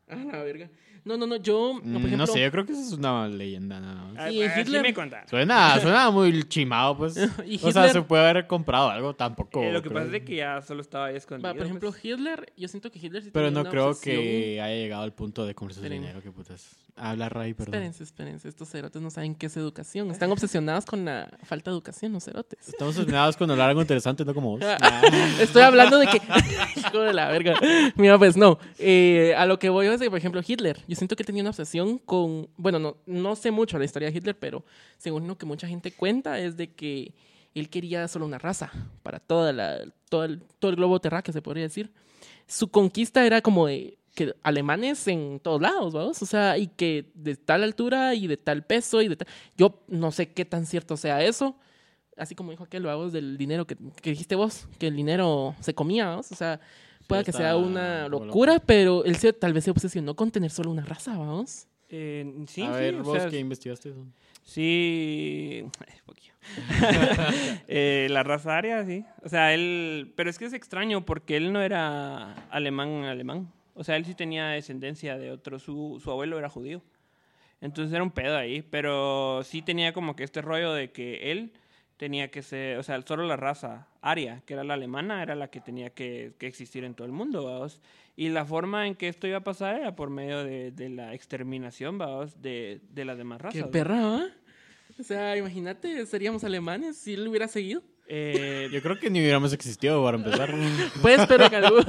A: A la verga. No, no, no, yo, por
B: Mm,
A: ejemplo,
B: no sé, yo creo que esa es una leyenda nada más.
D: Ah,
A: Y
D: así
A: Hitler-
D: me contás.
B: Suena, suena muy chimado, pues.
A: [laughs] [laughs] Y
B: O sea,
A: Hitler-
B: se puede haber comprado algo tampoco.
D: Eh, lo que
B: creo.
D: pasa es que ya solo estaba ahí escondido.
A: va, por ejemplo,
D: pues.
A: Hitler, yo siento que Hitler sí
B: Pero
A: tenía
B: no
A: una
B: creo
A: obsesión.
B: que haya llegado al punto de comerse su
A: Esperen.
B: dinero, qué putas. Habla Ray, perdón.
A: Espérense, espérense, estos cerotes no saben qué es educación. Están obsesionados con la falta de educación, los cerotes.
B: Estamos obsesionados con hablar algo interesante,
A: [laughs]
B: no como vos.
A: Ah, Estoy hablando de que. [laughs] Hijo de la verga. Mira, pues no. Eh, a lo que voy es que, por ejemplo, Hitler. Yo siento que tenía una obsesión con. Bueno, no, no sé mucho la historia de Hitler, pero según lo que mucha gente cuenta, es de que él quería solo una raza para toda la, todo, el, todo el globo terráqueo, se podría decir. Su conquista era como de que alemanes en todos lados, vamos, o sea, y que de tal altura y de tal peso y de tal... Yo no sé qué tan cierto sea eso, así como dijo aquel, vamos, del dinero que, que dijiste vos, que el dinero se comía, vamos, o sea, pueda que
B: está
A: sea una
B: loco.
A: locura, pero él se, tal vez se obsesionó con tener solo una raza, vamos.
D: Eh, sí,
B: a
D: sí,
B: ver,
D: o
B: vos
D: sea,
B: que investigaste eso.
D: Sí. Ay, poquillo. [laughs] Eh, la raza aria, sí. O sea, él. Pero es que es extraño porque él no era alemán, alemán. O sea, él sí tenía descendencia de otro. Su, su abuelo era judío. Entonces era un pedo ahí. Pero sí tenía como que este rollo de que él tenía que ser. O sea, solo la raza aria, que era la alemana, era la que tenía que, que existir en todo el mundo, vaos. Y la forma en que esto iba a pasar era por medio de, de la exterminación, vaos, de, de las demás razas.
A: Qué
D: ¿va?
A: perra, ¿va? O sea, imagínate, seríamos alemanes si él hubiera seguido.
D: Eh,
B: Yo creo que ni hubiéramos existido para
A: [laughs]
B: empezar.
A: Pues, pero en algún-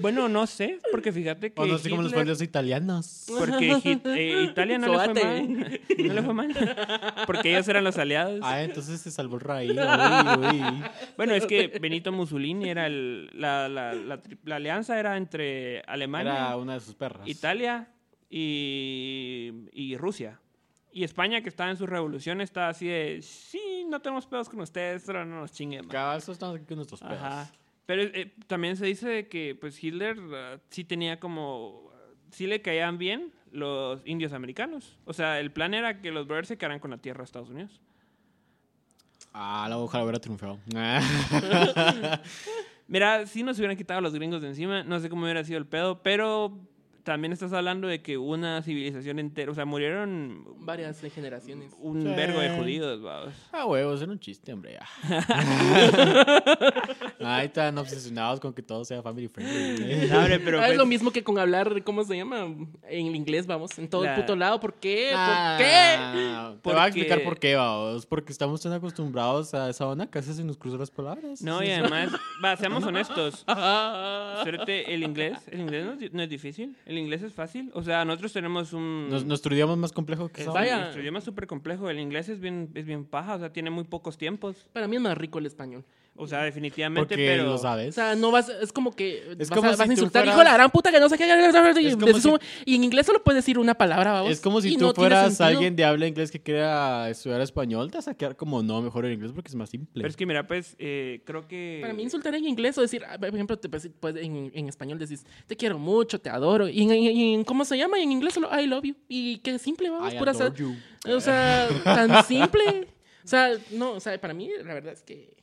D: bueno, no sé, porque fíjate que.
B: o no sé cómo les fue a
D: Hitler-
B: los italianos.
D: Porque Hit- eh, Italia no le, fue
A: Sóbate.
D: mal, no le fue mal. Porque ellos eran los aliados.
B: Ah, entonces se salvó
A: [laughs]
B: el Ray. Uy, uy.
D: Bueno, es que Benito Mussolini era el- la, la- la tri- la alianza era entre Alemania,
B: Era una de sus perras.
D: Italia y, y Rusia. Y España, que estaba en su revolución, estaba así de: Sí, no tenemos pedos con ustedes, pero no nos chinguen. man".
B: Cabal, eso estamos aquí con nuestros perros.
D: Ajá. Pero eh, también se dice de que pues Hitler ah, sí tenía como sí le caían bien los indios americanos. O sea, el plan era que los brothers se quedaran con la tierra de Estados Unidos.
B: Ah, la ojalá hubiera triunfado. [laughs] Ah,
D: Mira, si nos hubieran quitado a los gringos de encima, no sé cómo hubiera sido el pedo, pero también estás hablando de que una civilización entera, o sea, murieron
A: Varias generaciones.
D: un
B: Sí.
D: vergo de judíos, vaos.
B: Ah, huevos, era un chiste, hombre.
D: [laughs]
B: ya. Ay, tan obsesionados con que todo sea family friendly.
D: No, hombre, pero
A: Ah, es
D: pues,
A: lo mismo que con hablar, ¿cómo se llama? En inglés, vamos, en todo
D: La-
A: el puto lado. ¿Por qué? ¿Por
B: Ah,
A: qué?
B: Te voy a
D: Porque-
B: explicar por qué, vamos. Porque estamos tan acostumbrados a esa onda que a veces se nos cruzan las palabras.
D: no, y además, va,
B: [laughs]
D: seamos honestos, Espérate, el inglés, el inglés no es, di- no es difícil, el inglés es fácil. O sea, nosotros tenemos un...
B: Nos, nuestro idioma es más complejo que
D: es-
B: esa
A: Vaya.
B: onda.
D: Nuestro idioma es súper complejo, el inglés es bien, es bien paja, o sea, tiene muy pocos tiempos.
A: Para mí es más rico el español.
D: O sea, definitivamente,
B: Porque
D: pero...
B: lo
A: O
B: sabes.
A: sea, no vas, es como que vas,
B: Es como
A: a,
B: si
A: vas a
B: tú
A: insultar,
B: fueras-
A: hijo de la gran puta que no sé qué. y,
B: como
A: decís un- y en inglés solo puedes decir una palabra, vamos.
B: es como si
A: y
B: tú
A: no tiene
B: fueras
A: sentido.
B: alguien de habla inglés que quiera estudiar español, te vas a quedar como no, mejor el inglés porque es más simple.
D: Pero es que mira, pues, eh, creo que...
A: Para mí insultar en inglés o decir, ah, por ejemplo, te, pues, pues, en, en español decís, te quiero mucho, te adoro. Y en, en- en- ¿cómo se llama? Y en inglés solo, I love you. Y qué simple, vamos,
B: I
A: pura
B: adore
A: sed-
B: you.
A: O sea, tan simple. O sea, no, o sea, para mí la verdad es que...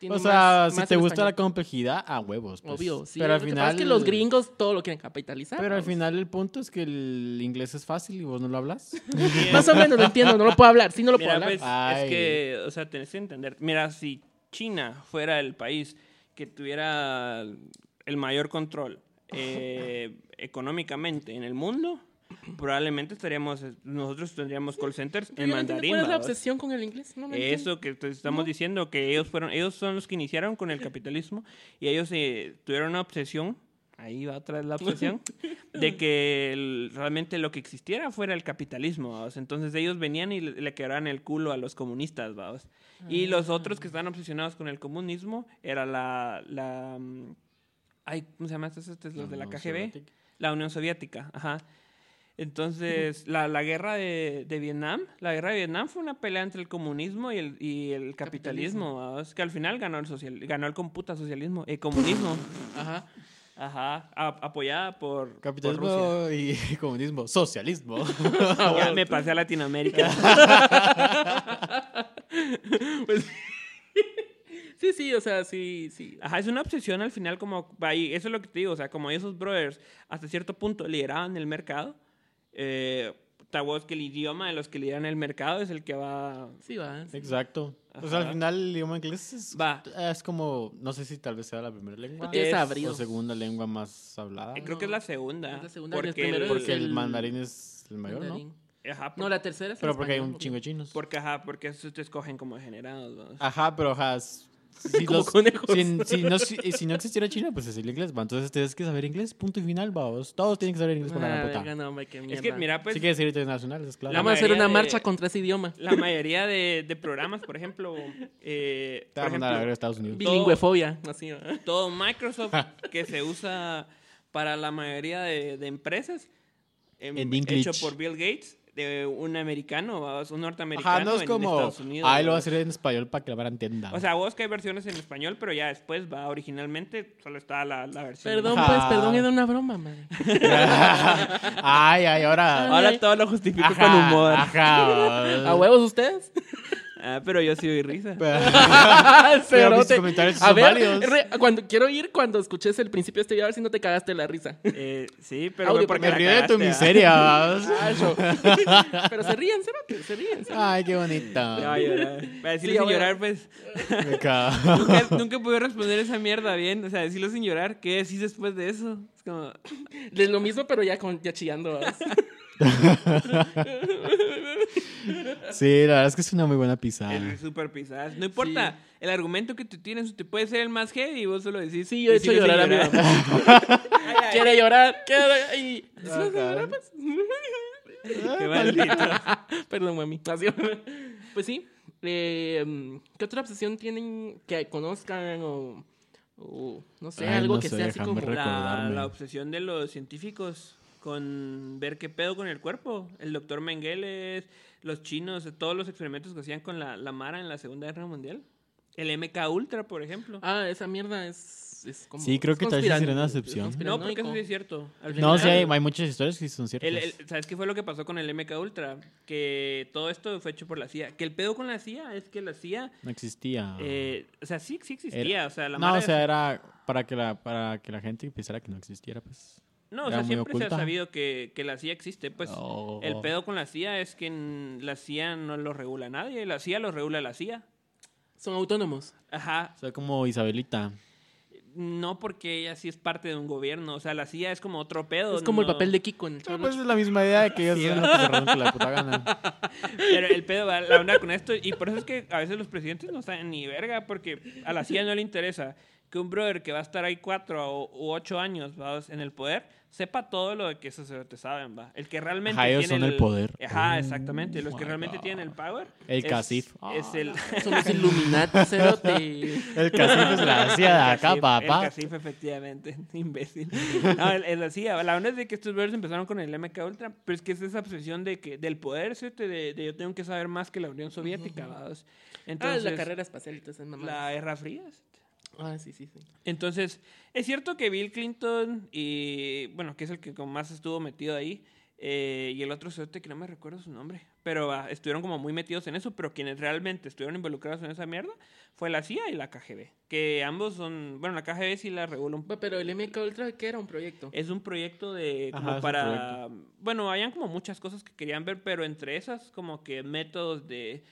A: tiene
B: O sea,
A: más-
B: si
A: más
B: te
A: el
B: gusta
A: español.
B: la complejidad, a huevos. pues.
A: Obvio, sí.
B: Pero al
A: lo que
B: final.
A: pasa es que los gringos todo lo quieren capitalizar.
B: Pero al
A: vamos.
B: final el punto es que el inglés es fácil y vos no lo
A: [laughs]
B: hablas.
A: Más o menos lo entiendo, no lo puedo hablar, sí no lo puedo
B: pues,
D: Mira,
A: hablar.
D: pues,
B: Ay.
D: es que, o sea, tenés que entender. Mira, si China fuera el país que tuviera el mayor control eh, económicamente en el mundo, probablemente estaríamos, nosotros tendríamos call centers
A: Pero
D: en
A: yo no entiendo
D: mandarín.
A: ¿Cuál es la
D: vados.
A: obsesión con el inglés? No lo entiendo.
D: Eso que te estamos diciendo, que ellos fueron, ellos son los que iniciaron con el capitalismo y ellos eh, tuvieron una obsesión, ahí va otra vez la obsesión, de que el- realmente lo que existiera fuera el capitalismo, ¿vaos? Entonces ellos venían y le, le quebraban el culo a los comunistas, ¿vaos? Y los otros que estaban obsesionados con el comunismo era la, la mm, ay, ¿cómo se llama? Estos, estos, los de la
B: No,
D: KGB.
B: soviética.
D: La Unión Soviética, ajá. Entonces, la, la guerra de, de Vietnam, la guerra de Vietnam fue una pelea entre el comunismo y el, y el capitalismo, ¿vaos? que al final ganó el social, ganó el computa socialismo, el comunismo,
A: Ajá.
D: ajá, a- apoyada por, por
B: [laughs]
D: Rusia.
B: Capitalismo y
A: [laughs]
B: comunismo. Socialismo.
D: Ya me pasé a Latinoamérica.
A: Sí, sí, o sea, sí, sí.
D: Ajá, es una obsesión al final como ahí, eso es lo que te digo, o sea, como esos brothers hasta cierto punto lideraban el mercado, eh, ta vos que el idioma de los que lideran el mercado es el que va
A: Sí, va. sí.
B: Exacto. O sea, al
D: Ajá.
B: final el idioma inglés es,
D: Va.
B: es como, no sé si tal vez sea la primera lengua.
A: Es
D: Es-
A: abrido.
B: O segunda lengua más hablada.
D: Eh, Creo que es
A: No,
D: la segunda.
A: es la segunda, y el
D: Porque,
A: primero
D: el-
A: es
B: Porque el
A: el-
B: mandarín es el mayor, ¿no?
A: Mandarín.
D: ajá, por-
A: No, la tercera es en
B: Pero porque hay
A: español,
B: un chingo de chinos.
D: porque, ajá, porque esos te escogen como degenerados. ¿no?
B: Ajá, pero ajá. s- Si
A: Como
B: los-
A: conejos.
B: Si, si no, si- si no existiera China, pues es el inglés. Va. Entonces tienes que saber inglés, punto y final, vamos. Todos tienen que saber inglés por la
A: Ah,
B: gran puta.
A: verga, no, hombre, qué
D: Es que,
A: mierda.
D: mira, pues,
B: sí que decir internacional, es claro.
A: Vamos a hacer
D: mayoría
A: una
D: de-
A: marcha contra ese idioma.
D: la mayoría de, de programas, por ejemplo, eh,
B: [laughs] Te
D: por
B: van a mandar a la verga a
D: ejemplo
B: Estados Unidos.
D: Todo-
A: Bilingüefobia. Así, ¿va?
B: [laughs]
D: todo Microsoft que se usa para la mayoría de, de empresas, em,
B: En
D: hecho
B: English.
D: por Bill Gates, de un americano, ¿va? un norteamericano
B: Ajá, no es
D: en
B: como.
D: Estados Unidos.
B: Ay, lo
D: ¿va?
B: voy a hacer en español para que la vara entienda.
D: O sea, [laughs] vos que hay versiones en español, pero ya después va originalmente, solo está la, la versión.
A: Perdón,
B: Ajá.
A: pues, perdón, era una broma, madre.
B: ay, ay, ahora.
D: Ahora todo lo justifico
B: Ajá,
D: con humor. [laughs]
A: ¿A
B: Ajá.
A: huevos ustedes?
D: Ah, pero yo sí doy risa.
B: [laughs] Pero mis
A: te-
B: comentarios
A: a
B: son
A: ver,
B: válidos.
A: re- cuando, quiero ir cuando escuches el principio de este video, a ver si no te cagaste la risa.
B: [laughs]
D: Eh, sí, pero
A: Audio,
D: fue porque
B: [laughs] pues, Me
D: la
B: río de tu
D: cagaste, ¿ah? [laughs]
B: miseria. vamos.
A: Ah, yo. Pero se ríen, cerote, se ríen. se ríen.
B: Ay, qué
D: Te va
B: bonito.
D: a llorar. Para decirlo
A: Sí,
D: sin
A: ahora-
D: llorar, pues.
B: Me cago. [laughs]
D: Nunca, nunca pude responder esa mierda bien. O sea, decirlo sin llorar. ¿Qué decís después de eso? Es como.
A: Es lo mismo, pero ya, con, ya chillando. ¿vas?
B: Sí, la verdad es que es una muy buena pisada.
D: Es súper pisadas. No importa. El argumento que tú tienes te puede ser el más heavy y vos solo decís.
A: Sí, yo he hecho
D: decirlo
A: llorar
D: sin
A: a mi mamá.
D: [laughs] Ay, ay,
A: Quiere llorar, quiere. y-
D: Qué maldito.
A: [laughs] Perdón, mami. [laughs] Así- Pues sí. eh, ¿Qué otra obsesión tienen que conozcan o, o no sé,
B: Ay,
A: algo
B: no
A: que
B: sé,
A: sea así
B: déjame
A: como
D: La,
B: Recordarme.
D: la obsesión de los científicos con ver qué pedo con el cuerpo. El doctor Mengele, los chinos, todos los experimentos que hacían con la, la Mara en la Segunda Guerra Mundial. El MK Ultra, por ejemplo.
A: Ah, esa mierda es, es como.
B: Sí, creo
A: es
B: que tal vez sí sería una
A: conspiran-
B: excepción.
A: es
D: no, porque
A: conspiranoico.
D: eso sí es cierto. Al
B: No,
D: final-
B: sí, hay, hay muchas historias que son ciertas.
D: El- el- ¿Sabes qué fue lo que pasó con el MK Ultra? Que todo esto fue hecho por la CIA. Que el pedo con la CIA es que la CIA,
B: No existía.
D: eh, o sea, sí, sí existía.
B: Ah. Era-
D: o sea, la
B: no,
D: mara
B: o sea,
D: de-
B: era para que la, para que la gente pensara que no existiera, pues.
D: no, o
B: era
D: sea,
B: muy
D: siempre se
B: oculta.
D: ha sabido que, que la CIA existe. Pues
B: Oh.
D: el pedo con la CIA es que en- la CIA no lo regula nadie. La CIA lo regula la CIA.
A: Son autónomos.
D: Ajá.
B: O sea, como Isabelita.
D: No porque ella sí es parte de un gobierno. O sea, la CIA es como otro pedo.
A: Es como el
D: no-
A: papel de Kiko en el Chavo del
B: pues es la misma idea de que ellos hacen lo que se roban con la puta gana.
D: Pero el pedo va la onda con esto. Y por eso es que a veces los presidentes no saben ni verga, porque a la CIA no le interesa que un brother que va a estar ahí cuatro o, u ocho años ¿va? en el poder sepa todo lo que esos te saben, va. El que realmente.
B: Ajá, ellos
D: tiene
B: son el poder.
D: Ajá,
B: Oh,
D: exactamente. Los que
B: my
D: realmente
B: God.
D: tienen el power.
B: El casif. Ah.
D: Es el.
A: Ocho. Son los
B: [laughs]
A: Illuminati,
D: Ah,
A: cerote.
B: [laughs] El casino es la hacía de acá,
D: El
B: papá.
D: Casif, efectivamente, [laughs] imbécil. No, el, el así, la onda es de que estos brothers empezaron con el MK Ultra, pero es que es esa obsesión de que del poder, ¿cierto? de, de yo tengo que saber más que la Unión Soviética. ¿vados?
A: Ah,
D: Entonces,
A: la carrera espacial y todas esas mamadas.
D: la Guerra Fría. ¿cierto?
A: Ah, sí, sí, sí.
D: Entonces, es cierto que Bill Clinton y, bueno, que es el que con más estuvo metido ahí, eh, y el otro suerte que no me recuerdo su nombre, pero va, estuvieron como muy metidos en eso, pero quienes realmente estuvieron involucrados en esa mierda fue la CIA y la KGB, que ambos son, bueno, la KGB sí la regula un
A: Bu- Pero el MK Ultra, ¿qué era un proyecto?
D: es un proyecto de como
B: Ajá, es un
D: para bueno, habían como muchas cosas que querían ver, pero entre esas como que métodos de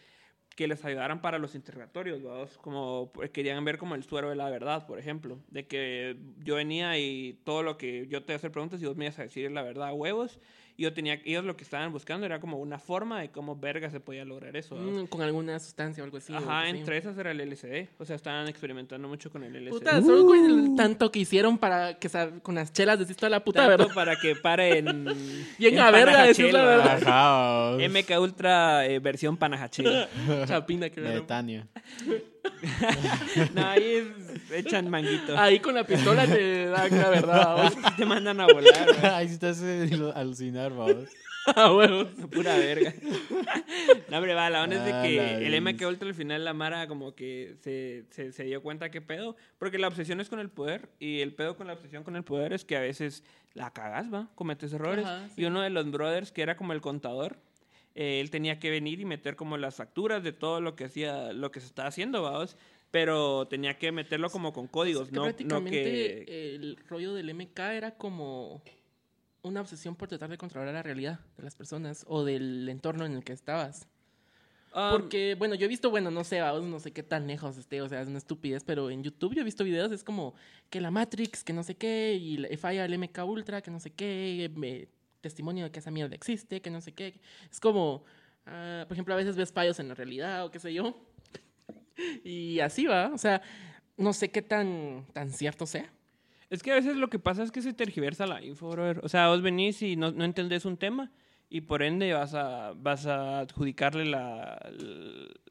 D: que les ayudaran para los interrogatorios, ¿vaos? como pues, querían ver como el suero de la verdad, por ejemplo, de que yo venía y todo lo que yo te iba a hacer preguntas y vos me ibas a decir la verdad a huevos, y yo tenía, ellos lo que estaban buscando era como una forma de cómo verga se podía lograr eso. ¿vaos?
A: Mm, con alguna sustancia o algo así. o
D: Ajá,
A: qué sé yo.
D: entre esas era el LCD, o sea, estaban experimentando mucho con el LCD.
A: Puta, solo con el tanto que hicieron para que sa- con las chelas decís toda la puta
D: Tanto
A: verdad.
D: para que paren
A: [laughs] Bien a verga, decís la verdad.
D: [laughs]
B: Ajá. vos.
D: MK Ultra eh, versión panajachera.
A: [laughs] Chapina, que
B: La de
A: era-
D: [laughs]
B: Tania.
D: no, ahí es- echan manguito. [laughs]
A: Ahí con la pistola te dan la verdad. vos.
D: te mandan a volar. güey.
B: Ahí estás eh, lo- alucinar, vamos.
D: [laughs]
A: Ah, huevos.
D: Pura verga. [laughs] No, hombre, va, la onda es
B: Ah,
D: de que
B: la
D: el
B: verga.
D: MK Ultra al final la Mara como que se, se, se dio cuenta que pedo. Porque la obsesión es con el poder. Y el pedo con la obsesión con el poder es que a veces la cagas, va, cometes errores.
A: Ajá,
D: Y uno de los brothers que era como el contador. eh, él tenía que venir y meter como las facturas de todo lo que hacía, lo que se estaba haciendo, vaos. Pero tenía que meterlo como con códigos,
A: Que
D: [laughs] no, no
A: Pues prácticamente eh,
D: que.
A: el rollo del MK era como una obsesión por tratar de controlar la realidad de las personas o del entorno en el que estabas.
D: Ah,
A: Porque, bueno, yo he visto, bueno, no sé, vamos, no sé qué tan lejos esté, o sea, es una estupidez, pero en YouTube yo he visto videos, es como que la Matrix, que no sé qué, y la- falla el MK Ultra, que no sé qué, me- testimonio de que esa mierda existe, que no sé qué. Es como, ah, por ejemplo, a veces ves fallos en la realidad o qué sé yo. [laughs] Y así va, o sea, no sé qué tan, tan cierto sea.
D: Es que a veces lo que pasa es que se tergiversa la info, brother. O sea, vos venís y no, no entendés un tema y por ende vas a, vas a adjudicarle la,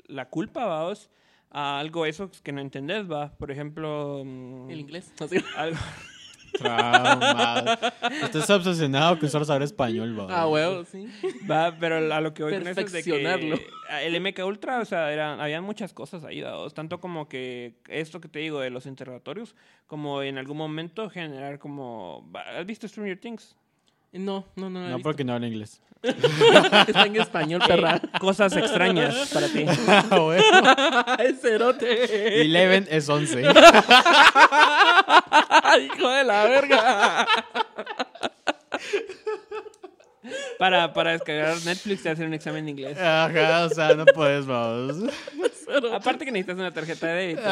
D: la culpa, ¿va, vos, a algo eso que no entendés, va. Por ejemplo... mm,
A: El inglés. [laughs] así.
D: algo- [laughs]
B: Traumado. Estás obsesionado con solo saber español, vamos.
A: Ah, huevo, sí.
D: Va, pero a lo que voy con eso es de
A: Perfeccionarlo.
D: que el MK Ultra, o sea, eran, habían muchas cosas ahí, dados, tanto como que esto que te digo de los interrogatorios, como en algún momento generar como... ¿Has visto Stranger Things?
A: No, no, no. lo he
B: No
A: visto.
B: porque no habla inglés.
A: [laughs] Está en español,
D: [laughs]
A: perra. [laughs]
D: Cosas extrañas para ti.
B: [laughs] Ah, bueno. [laughs]
A: Ay, cerote. [laughs]
B: 11 es [laughs] 11.
A: Hijo de la verga.
D: Para, para descargar Netflix te hacen un examen de inglés.
B: Ajá, o sea, no puedes, vamos.
D: Aparte que necesitas una tarjeta de débito.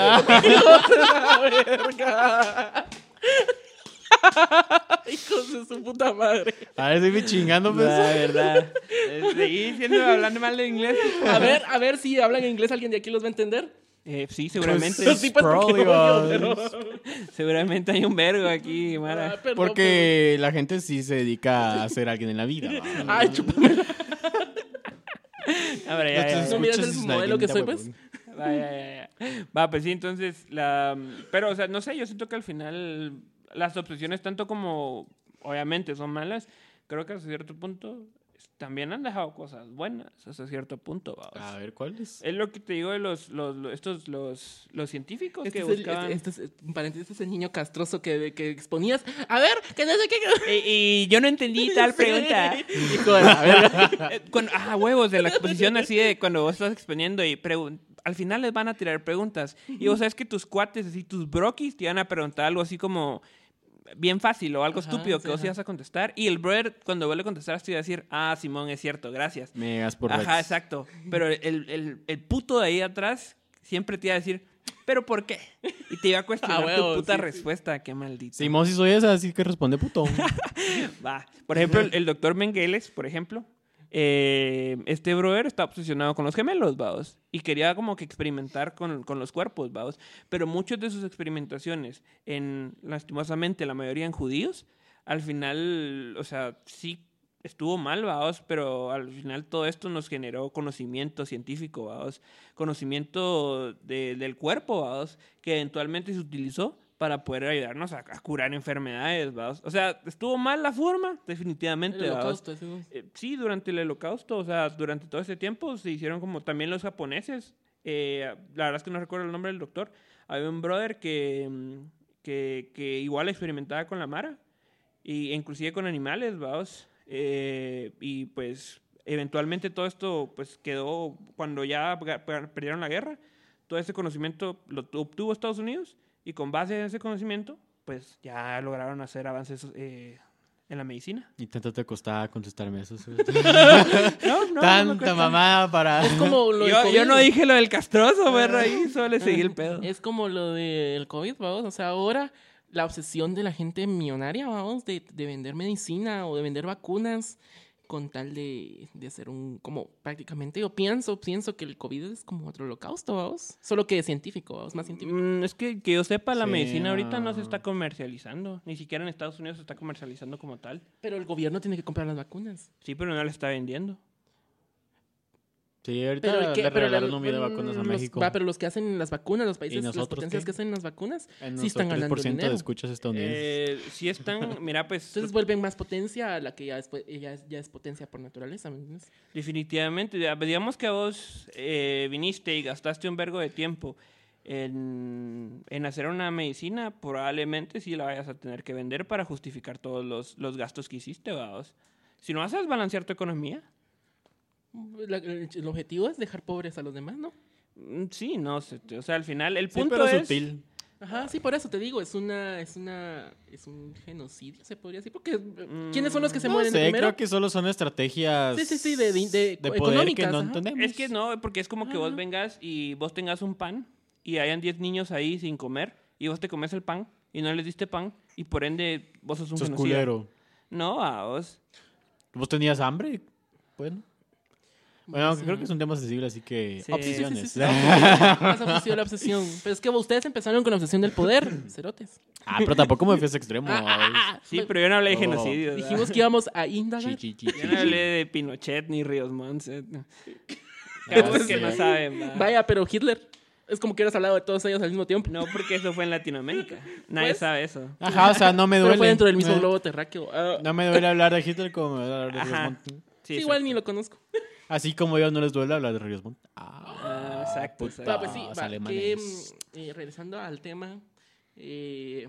A: Hijos de su puta madre.
B: A ver, estoy chingando, pues.
D: La verdad. Eh, Seguí siendo hablando mal de inglés.
A: A ver, a ver si hablan inglés, alguien de aquí los va a entender.
D: Eh, sí, seguramente.
B: Pues,
A: Sí, pues, porque
B: probably,
A: no,
B: vamos.
A: pero-
D: Seguramente hay un vergo aquí,
A: Ah,
D: Mara.
A: [laughs] perdón,
B: Porque la gente sí se dedica a ser alguien en la vida.
A: pero-
B: vamos.
A: [laughs] Ay, chúpame.
D: A ver, ya, ya,
A: No
D: ya.
A: miras el
B: Escuchas
A: modelo
B: alguien
A: que
B: de
A: soy,
B: huevón.
A: pues.
D: Va, ya, ya, ya. Va, pues sí, entonces la... Pero, o sea, no sé, yo siento que al final las obsesiones, tanto como obviamente son malas, creo que hasta cierto punto también han dejado cosas buenas hasta cierto punto. va, o sea.
B: A ver, ¿cuál es?
A: Eh,
D: Es lo que te digo de los, los, los- estos, los, los científicos
A: Este
D: que
A: es, el,
D: buscaban.
A: este- este es- un paréntesis, este es el niño castroso que, que exponías. A ver, que no sé qué.
D: Y, y yo
A: [laughs]
D: no entendí tal pregunta.
A: Hijo de la verga.
D: Eh, cuando- ah, huevos, de la exposición así de cuando vos estás exponiendo y pregun- al final les van a tirar preguntas. Y vos sabes que tus cuates, así tus broquis, te van a preguntar algo así como bien fácil o algo
A: Ajá,
D: estúpido que
A: sí,
D: vos
A: ajá.
D: ibas a contestar. Y el brother, cuando vos le contestaras, te iba a decir, ah, Simón, es cierto, gracias.
B: Megas por
D: Ajá,
B: likes.
D: exacto. Pero el, el- el puto de ahí atrás siempre te iba a decir, ¿pero por qué? Y te iba a
A: [laughs]
D: cuestionar
A: Ah, huevo,
D: tu puta
A: sí, sí.
D: respuesta, qué maldito.
B: Simón, si soy esa, así que responde
A: [laughs]
B: putón.
D: Va. Por ejemplo, el, el doctor Mengeles, por ejemplo, eh, este brother está obsesionado con los gemelos, vaos. Y quería como que experimentar con, con los cuerpos, vaos. Pero muchas de sus experimentaciones, en lastimosamente la mayoría en judíos, al final, o sea, sí estuvo mal, vaos, pero al final todo esto nos generó conocimiento científico, vaos. Conocimiento de- del cuerpo, vaos, que eventualmente se utilizó para poder ayudarnos a, a curar enfermedades, vaos. O sea, estuvo mal la forma, definitivamente,
A: El
D: vaos.
A: holocausto, ese, güey.
D: Eh, sí, durante el holocausto, o sea, durante todo ese tiempo se hicieron como también los japoneses. Eh, la verdad es que no recuerdo el nombre del doctor. Había un brother que, mm, que, que igual experimentaba con la mara, y, e inclusive con animales, vaos. Eh, y pues eventualmente todo esto pues quedó, cuando ya ga- per- perdieron la guerra, todo ese conocimiento lo tu- obtuvo Estados Unidos y con base en ese conocimiento pues ya lograron hacer avances eh, en
B: [laughs]
D: la medicina.
B: Y tanto te costaba contestarme eso.
A: [laughs]
D: No, no. no me
B: Tanta
D: cuesta.
B: mamada para...
A: Es como lo del
D: Yo, yo
A: COVID. Ah.
D: no dije lo del castroso, perro, ahí solo le [laughs] seguí el pedo.
A: Es como lo del COVID, vamos. O sea, ahora la obsesión de la gente millonaria, vamos, de, de vender medicina o de vender vacunas con tal de, de hacer un, como prácticamente, yo pienso, pienso que el COVID es como otro holocausto, vamos. Solo que científico, vamos, más científico.
D: Mm, es que, que yo sepa, la
B: Sí,
D: medicina ahorita no se
B: no.
D: está comercializando. Ni siquiera en Estados Unidos se está comercializando como tal.
A: Pero el gobierno tiene que comprar las vacunas.
B: Ah,
D: Sí, pero no la está vendiendo.
B: [laughs] Sí, ahorita
A: Pero, el que-
B: le
A: pero la-
B: regalaron un video de
A: mm,
B: vacunas a
A: los-
B: México.
A: va, pero los que hacen las vacunas, los países, las
B: nosotros
A: potencias
B: qué?
A: que hacen las vacunas,
B: En
A: sí están
B: nuestro
A: ganando
B: 3%
A: dinero.
B: de escuchas este estadounidenses.
D: Eh,
A: [laughs]
D: sí están, mira, pues
A: Entonces vuelven más potencia a la que ya es, ya es- ya es potencia por naturaleza, ¿me entiendes?
D: definitivamente, ya, pues, digamos que vos eh, viniste y gastaste un vergo de tiempo en, en hacer una medicina, probablemente sí la vayas a tener que vender para justificar todos los, los gastos que hiciste, vaos. Si no haces balancear tu economía,
A: La- el, el objetivo es dejar pobres a los demás, ¿no?
D: mm, sí, no sé, te- o sea, al final el
B: Sí,
D: punto
B: pero
D: es...
B: sutil.
A: Ajá, sí, por eso te digo, es una, es una, es un genocidio, se podría decir, porque ¿quiénes son los que se
B: Mm, No
A: mueren
B: sé,
A: primero?
B: creo que solo son estrategias
A: Sí, sí, sí, de- de- de-
B: poder que
A: económicas,
B: no
A: ajá.
B: entendemos.
D: Es que no, porque es como que vos
A: Ajá.
D: vengas y vos tengas un pan y hayan 10 niños ahí sin comer y vos te comes el pan y no les diste pan y por ende vos sos un
B: Sos
D: genocida.
B: culero.
D: No, a vos.
B: ¿Vos tenías hambre? Bueno. Bueno, aunque creo que es un tema sensible, así que
D: Sí.
B: obsesiones.
A: Pues, mm. Sí, sí, sí, sí. Más obsesión, la obsesión. Pero es que ustedes empezaron con la obsesión del
B: [coughs]
A: poder, cerotes.
B: [laughs] ah, pero tampoco me fui a ese extremo.
A: [laughs] Ah,
D: Sí,
A: pero
D: pero yo no hablé de
B: No.
D: genocidio. ¿verdad?
A: dijimos que íbamos a indagar.
B: Chi, chi, chi,
D: Yo
B: chi,
D: no hablé
B: chi.
D: de Pinochet ni Ríos
B: [laughs]
D: Monset.
B: Ah,
D: Cabos que
B: sí.
D: no saben. ¿verdad?
A: Vaya, pero Hitler, es como que hubieras hablado de todos ellos al mismo tiempo.
D: No, porque eso fue en Latinoamérica. Nadie
A: Pues-
D: sabe eso.
B: Ajá, o sea, no me duele.
A: Pero fue dentro del mismo
B: Eh,
A: globo terráqueo. Ah,
B: No me duele hablar de Hitler como me duele hablar de Ríos
D: Ajá.
B: Montt.
A: sí,
D: Sí,
A: igual
D: exacto.
A: ni lo conozco.
B: Así como yo no les duele hablar de Ríos Montt. Ah,
D: Ah, exacto,
B: puta.
A: Va,
D: exacto.
A: pues sí,
B: los
A: va,
B: alemanes.
A: que, mm, eh, regresando al tema, eh,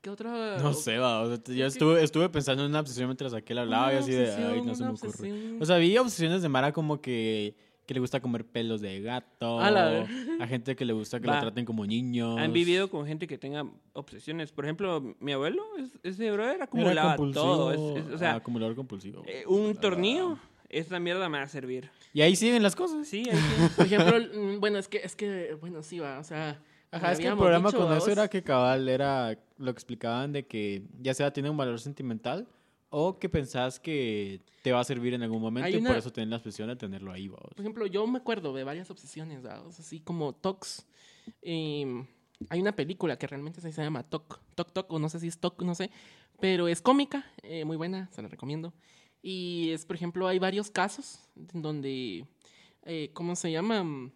A: ¿qué otra?
B: no sé, va. o sea, yo estuve, estuve pensando en una obsesión mientras aquel hablaba y
A: Una
B: así de.
A: obsesión,
B: Ay, no se
A: una
B: me ocurre.
A: obsesión.
B: O sea, vi obsesiones de Mara como que. Que le gusta comer pelos de gato.
A: A la-
B: A gente que le gusta que
D: Va.
B: lo traten como niños.
D: Han vivido con gente que tenga obsesiones. Por ejemplo, mi abuelo, es- ese bro era
B: Era
D: acumulaba
B: compulsivo, Ah,
D: todo. Es- es- o sea,
B: acumulador compulsivo.
D: eh, un tornillo, esa mierda me va a servir.
B: Y ahí siguen las cosas.
D: Sí, ahí [laughs] sí.
A: Por ejemplo, [laughs] mm, bueno, es que, es que, bueno, sí va, o sea.
B: Ajá, es que el
A: habíamos
B: problema
A: dicho,
B: con eso
A: vamos,
B: era que cabal era lo que explicaban de que ya sea tiene un valor sentimental o que pensás que te va a servir en algún momento
A: Hay
B: y
A: una-
B: por eso tenés la obsesión de tenerlo ahí, vos.
A: Por ejemplo, yo me acuerdo de varias obsesiones, ¿vaos? así como TOCs. Eh, hay una película que realmente se llama TOC, TOC TOC, o no sé si es TOC, no sé, pero es cómica, eh, muy buena, se la recomiendo. Y es, por ejemplo, hay varios casos en donde, eh, ¿cómo se llama?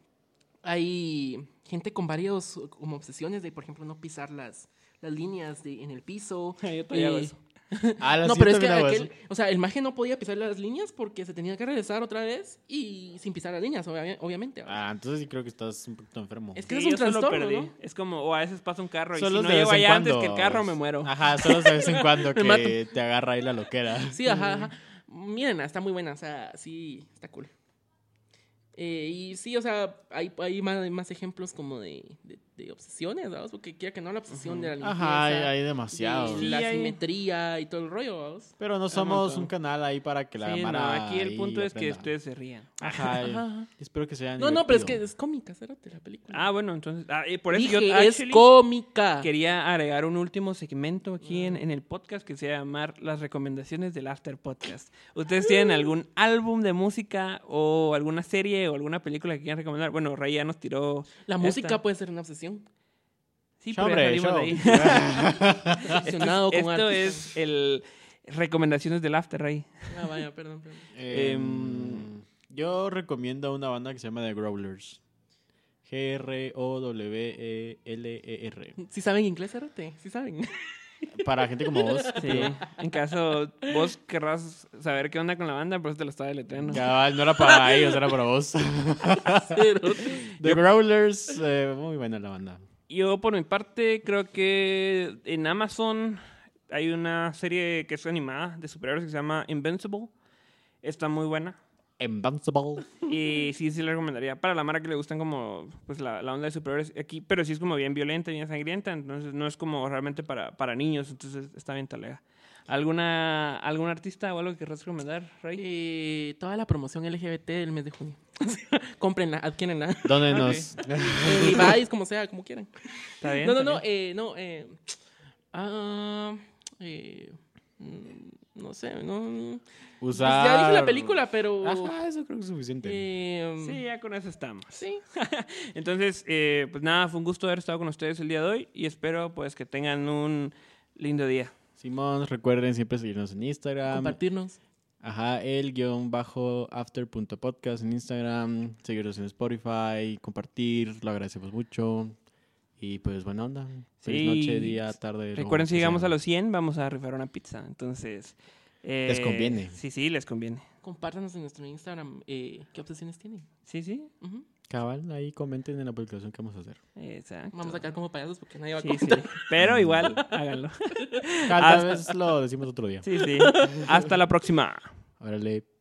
A: Hay gente con varios como obsesiones de, por ejemplo, no pisar las, las líneas de, en el piso.
D: Yo todavía hago
A: eh,
D: eso.
B: [laughs] Ah, la
A: no,
B: sí,
A: pero es que
B: también hago eso.
A: aquel, o sea, el maje no podía pisar las líneas porque se tenía que regresar otra vez y sin pisar las líneas, obvia- obviamente. ¿va?
B: Ah, entonces sí creo que estás un poquito enfermo.
A: Es que
D: Sí,
A: es un
D: yo solo
A: trastorno,
D: perdí.
A: ¿no?
D: Es como, o a veces pasa un carro y
B: Solo
D: si no
B: de vez
D: llego
B: en
D: allá antes que el
B: cuando- Ah,
D: carro me muero.
B: Ajá, solo de vez
D: [laughs]
B: en cuando
A: Me mato.
B: que te agarra ahí la loquera.
A: Sí, ajá, ajá. Miren, está muy buena, o sea, sí, está cool. Eh, y sí, o sea, hay, hay más, más ejemplos como de, de- de obsesiones, ¿vamos? Porque quiera que no, la obsesión de la limpieza,
B: Ajá, hay, hay
A: de
B: demasiado.
D: Sí,
A: la
D: hay-
A: simetría y todo el rollo, ¿vamos?
B: Pero no somos
D: montón.
B: un canal ahí para que la
D: Sí, no,
B: Mara
D: aquí el
B: ahí
D: punto es que
B: aprenda.
D: ustedes se rían.
B: Ajá, y-
A: Ajá.
B: espero que sean.
A: No, no, pero es que es cómica, cerote, la película.
D: Ah, bueno, entonces, ah, eh, por eso
A: Dije,
D: yo
A: es
D: actually,
A: cómica.
D: quería agregar un último segmento aquí en, en el podcast que se va a llamar Las recomendaciones del After Podcast. ¿Ustedes
A: Ah.
D: tienen algún álbum de música o alguna serie o alguna película que quieran recomendar? Bueno, Ray ya nos tiró.
A: La
D: esta.
A: música puede ser una obsesión.
D: Sí,
B: Ya,
D: pero ya
B: hombre,
D: salimos de
B: ya.
D: [laughs] ahí.
A: Obsesionado con
D: Esto
A: artistas.
D: es el recomendaciones del After, Ray.
A: Ah, vaya, perdón, perdón.
B: [laughs] Em, yo recomiendo una banda que se llama The Growlers. E G-R-O-W-E-L-E-R.
A: ¿Sí saben inglés, Arate? Sí saben.
B: Para gente como vos.
D: Sí. En caso vos querrás saber qué onda con la banda, por eso te lo estaba deletreando.
B: Cabal, no era para ellos, era para vos.
A: Cerote.
B: The Growlers, eh, muy buena la banda.
D: Yo, por mi parte, creo que en Amazon hay una serie que es animada de superhéroes que se llama Invincible. Está
A: [laughs]
D: muy buena.
B: Invincible.
D: Y sí, sí la recomendaría. Para la mara que le gustan como pues la, la onda de superhéroes aquí, pero sí es como bien violenta, bien sangrienta, entonces no es como realmente para, para niños, entonces está bien talega. ¿Alguna, ¿Algún artista o algo que querrás recomendar, Ray?
A: Eh, toda la promoción LGBT del mes de junio. [laughs] Cómprenla, adquiérenla.
B: Dónenos.
A: Eh, Levi's, como sea, como quieran.
D: ¿Está bien?
A: No, no,
D: está
A: no,
D: bien.
A: eh, no. eh, ah, eh, mm, no sé, no. pues
B: Usar. Ah,
A: ya dije la película, pero.
B: Ajá, eso creo que es suficiente.
A: eh,
D: Sí, ya con eso estamos.
A: sí.
D: Entonces, eh, pues nada, fue un gusto haber estado con ustedes el día de hoy y espero pues que tengan un lindo día.
B: Simón, recuerden siempre seguirnos en
A: um,
B: Instagram.
A: Compartirnos.
B: Ajá, el guión bajo after.podcast en Instagram, seguirnos en Spotify, compartir, lo agradecemos mucho. Y pues buena onda. Feliz
D: Sí.
B: noche, día, tarde. lo
D: Recuerden si
B: que
D: llegamos
B: sea.
D: a los 100, vamos a rifar una pizza. Entonces... eh,
B: Les conviene.
D: Sí, sí, les conviene.
A: Compártanos en nuestro Instagram eh, qué obsesiones tienen.
D: Sí, sí.
A: Ujú.
B: Cabal, ahí comenten en la publicación que vamos a hacer.
D: Exacto.
A: Vamos a caer como payasos porque nadie va a
D: Sí, sí.
A: comentar.
D: Pero igual, háganlo.
B: Tal vez lo decimos otro día.
A: [laughs]
D: Sí, sí. Hasta la próxima.
B: Órale.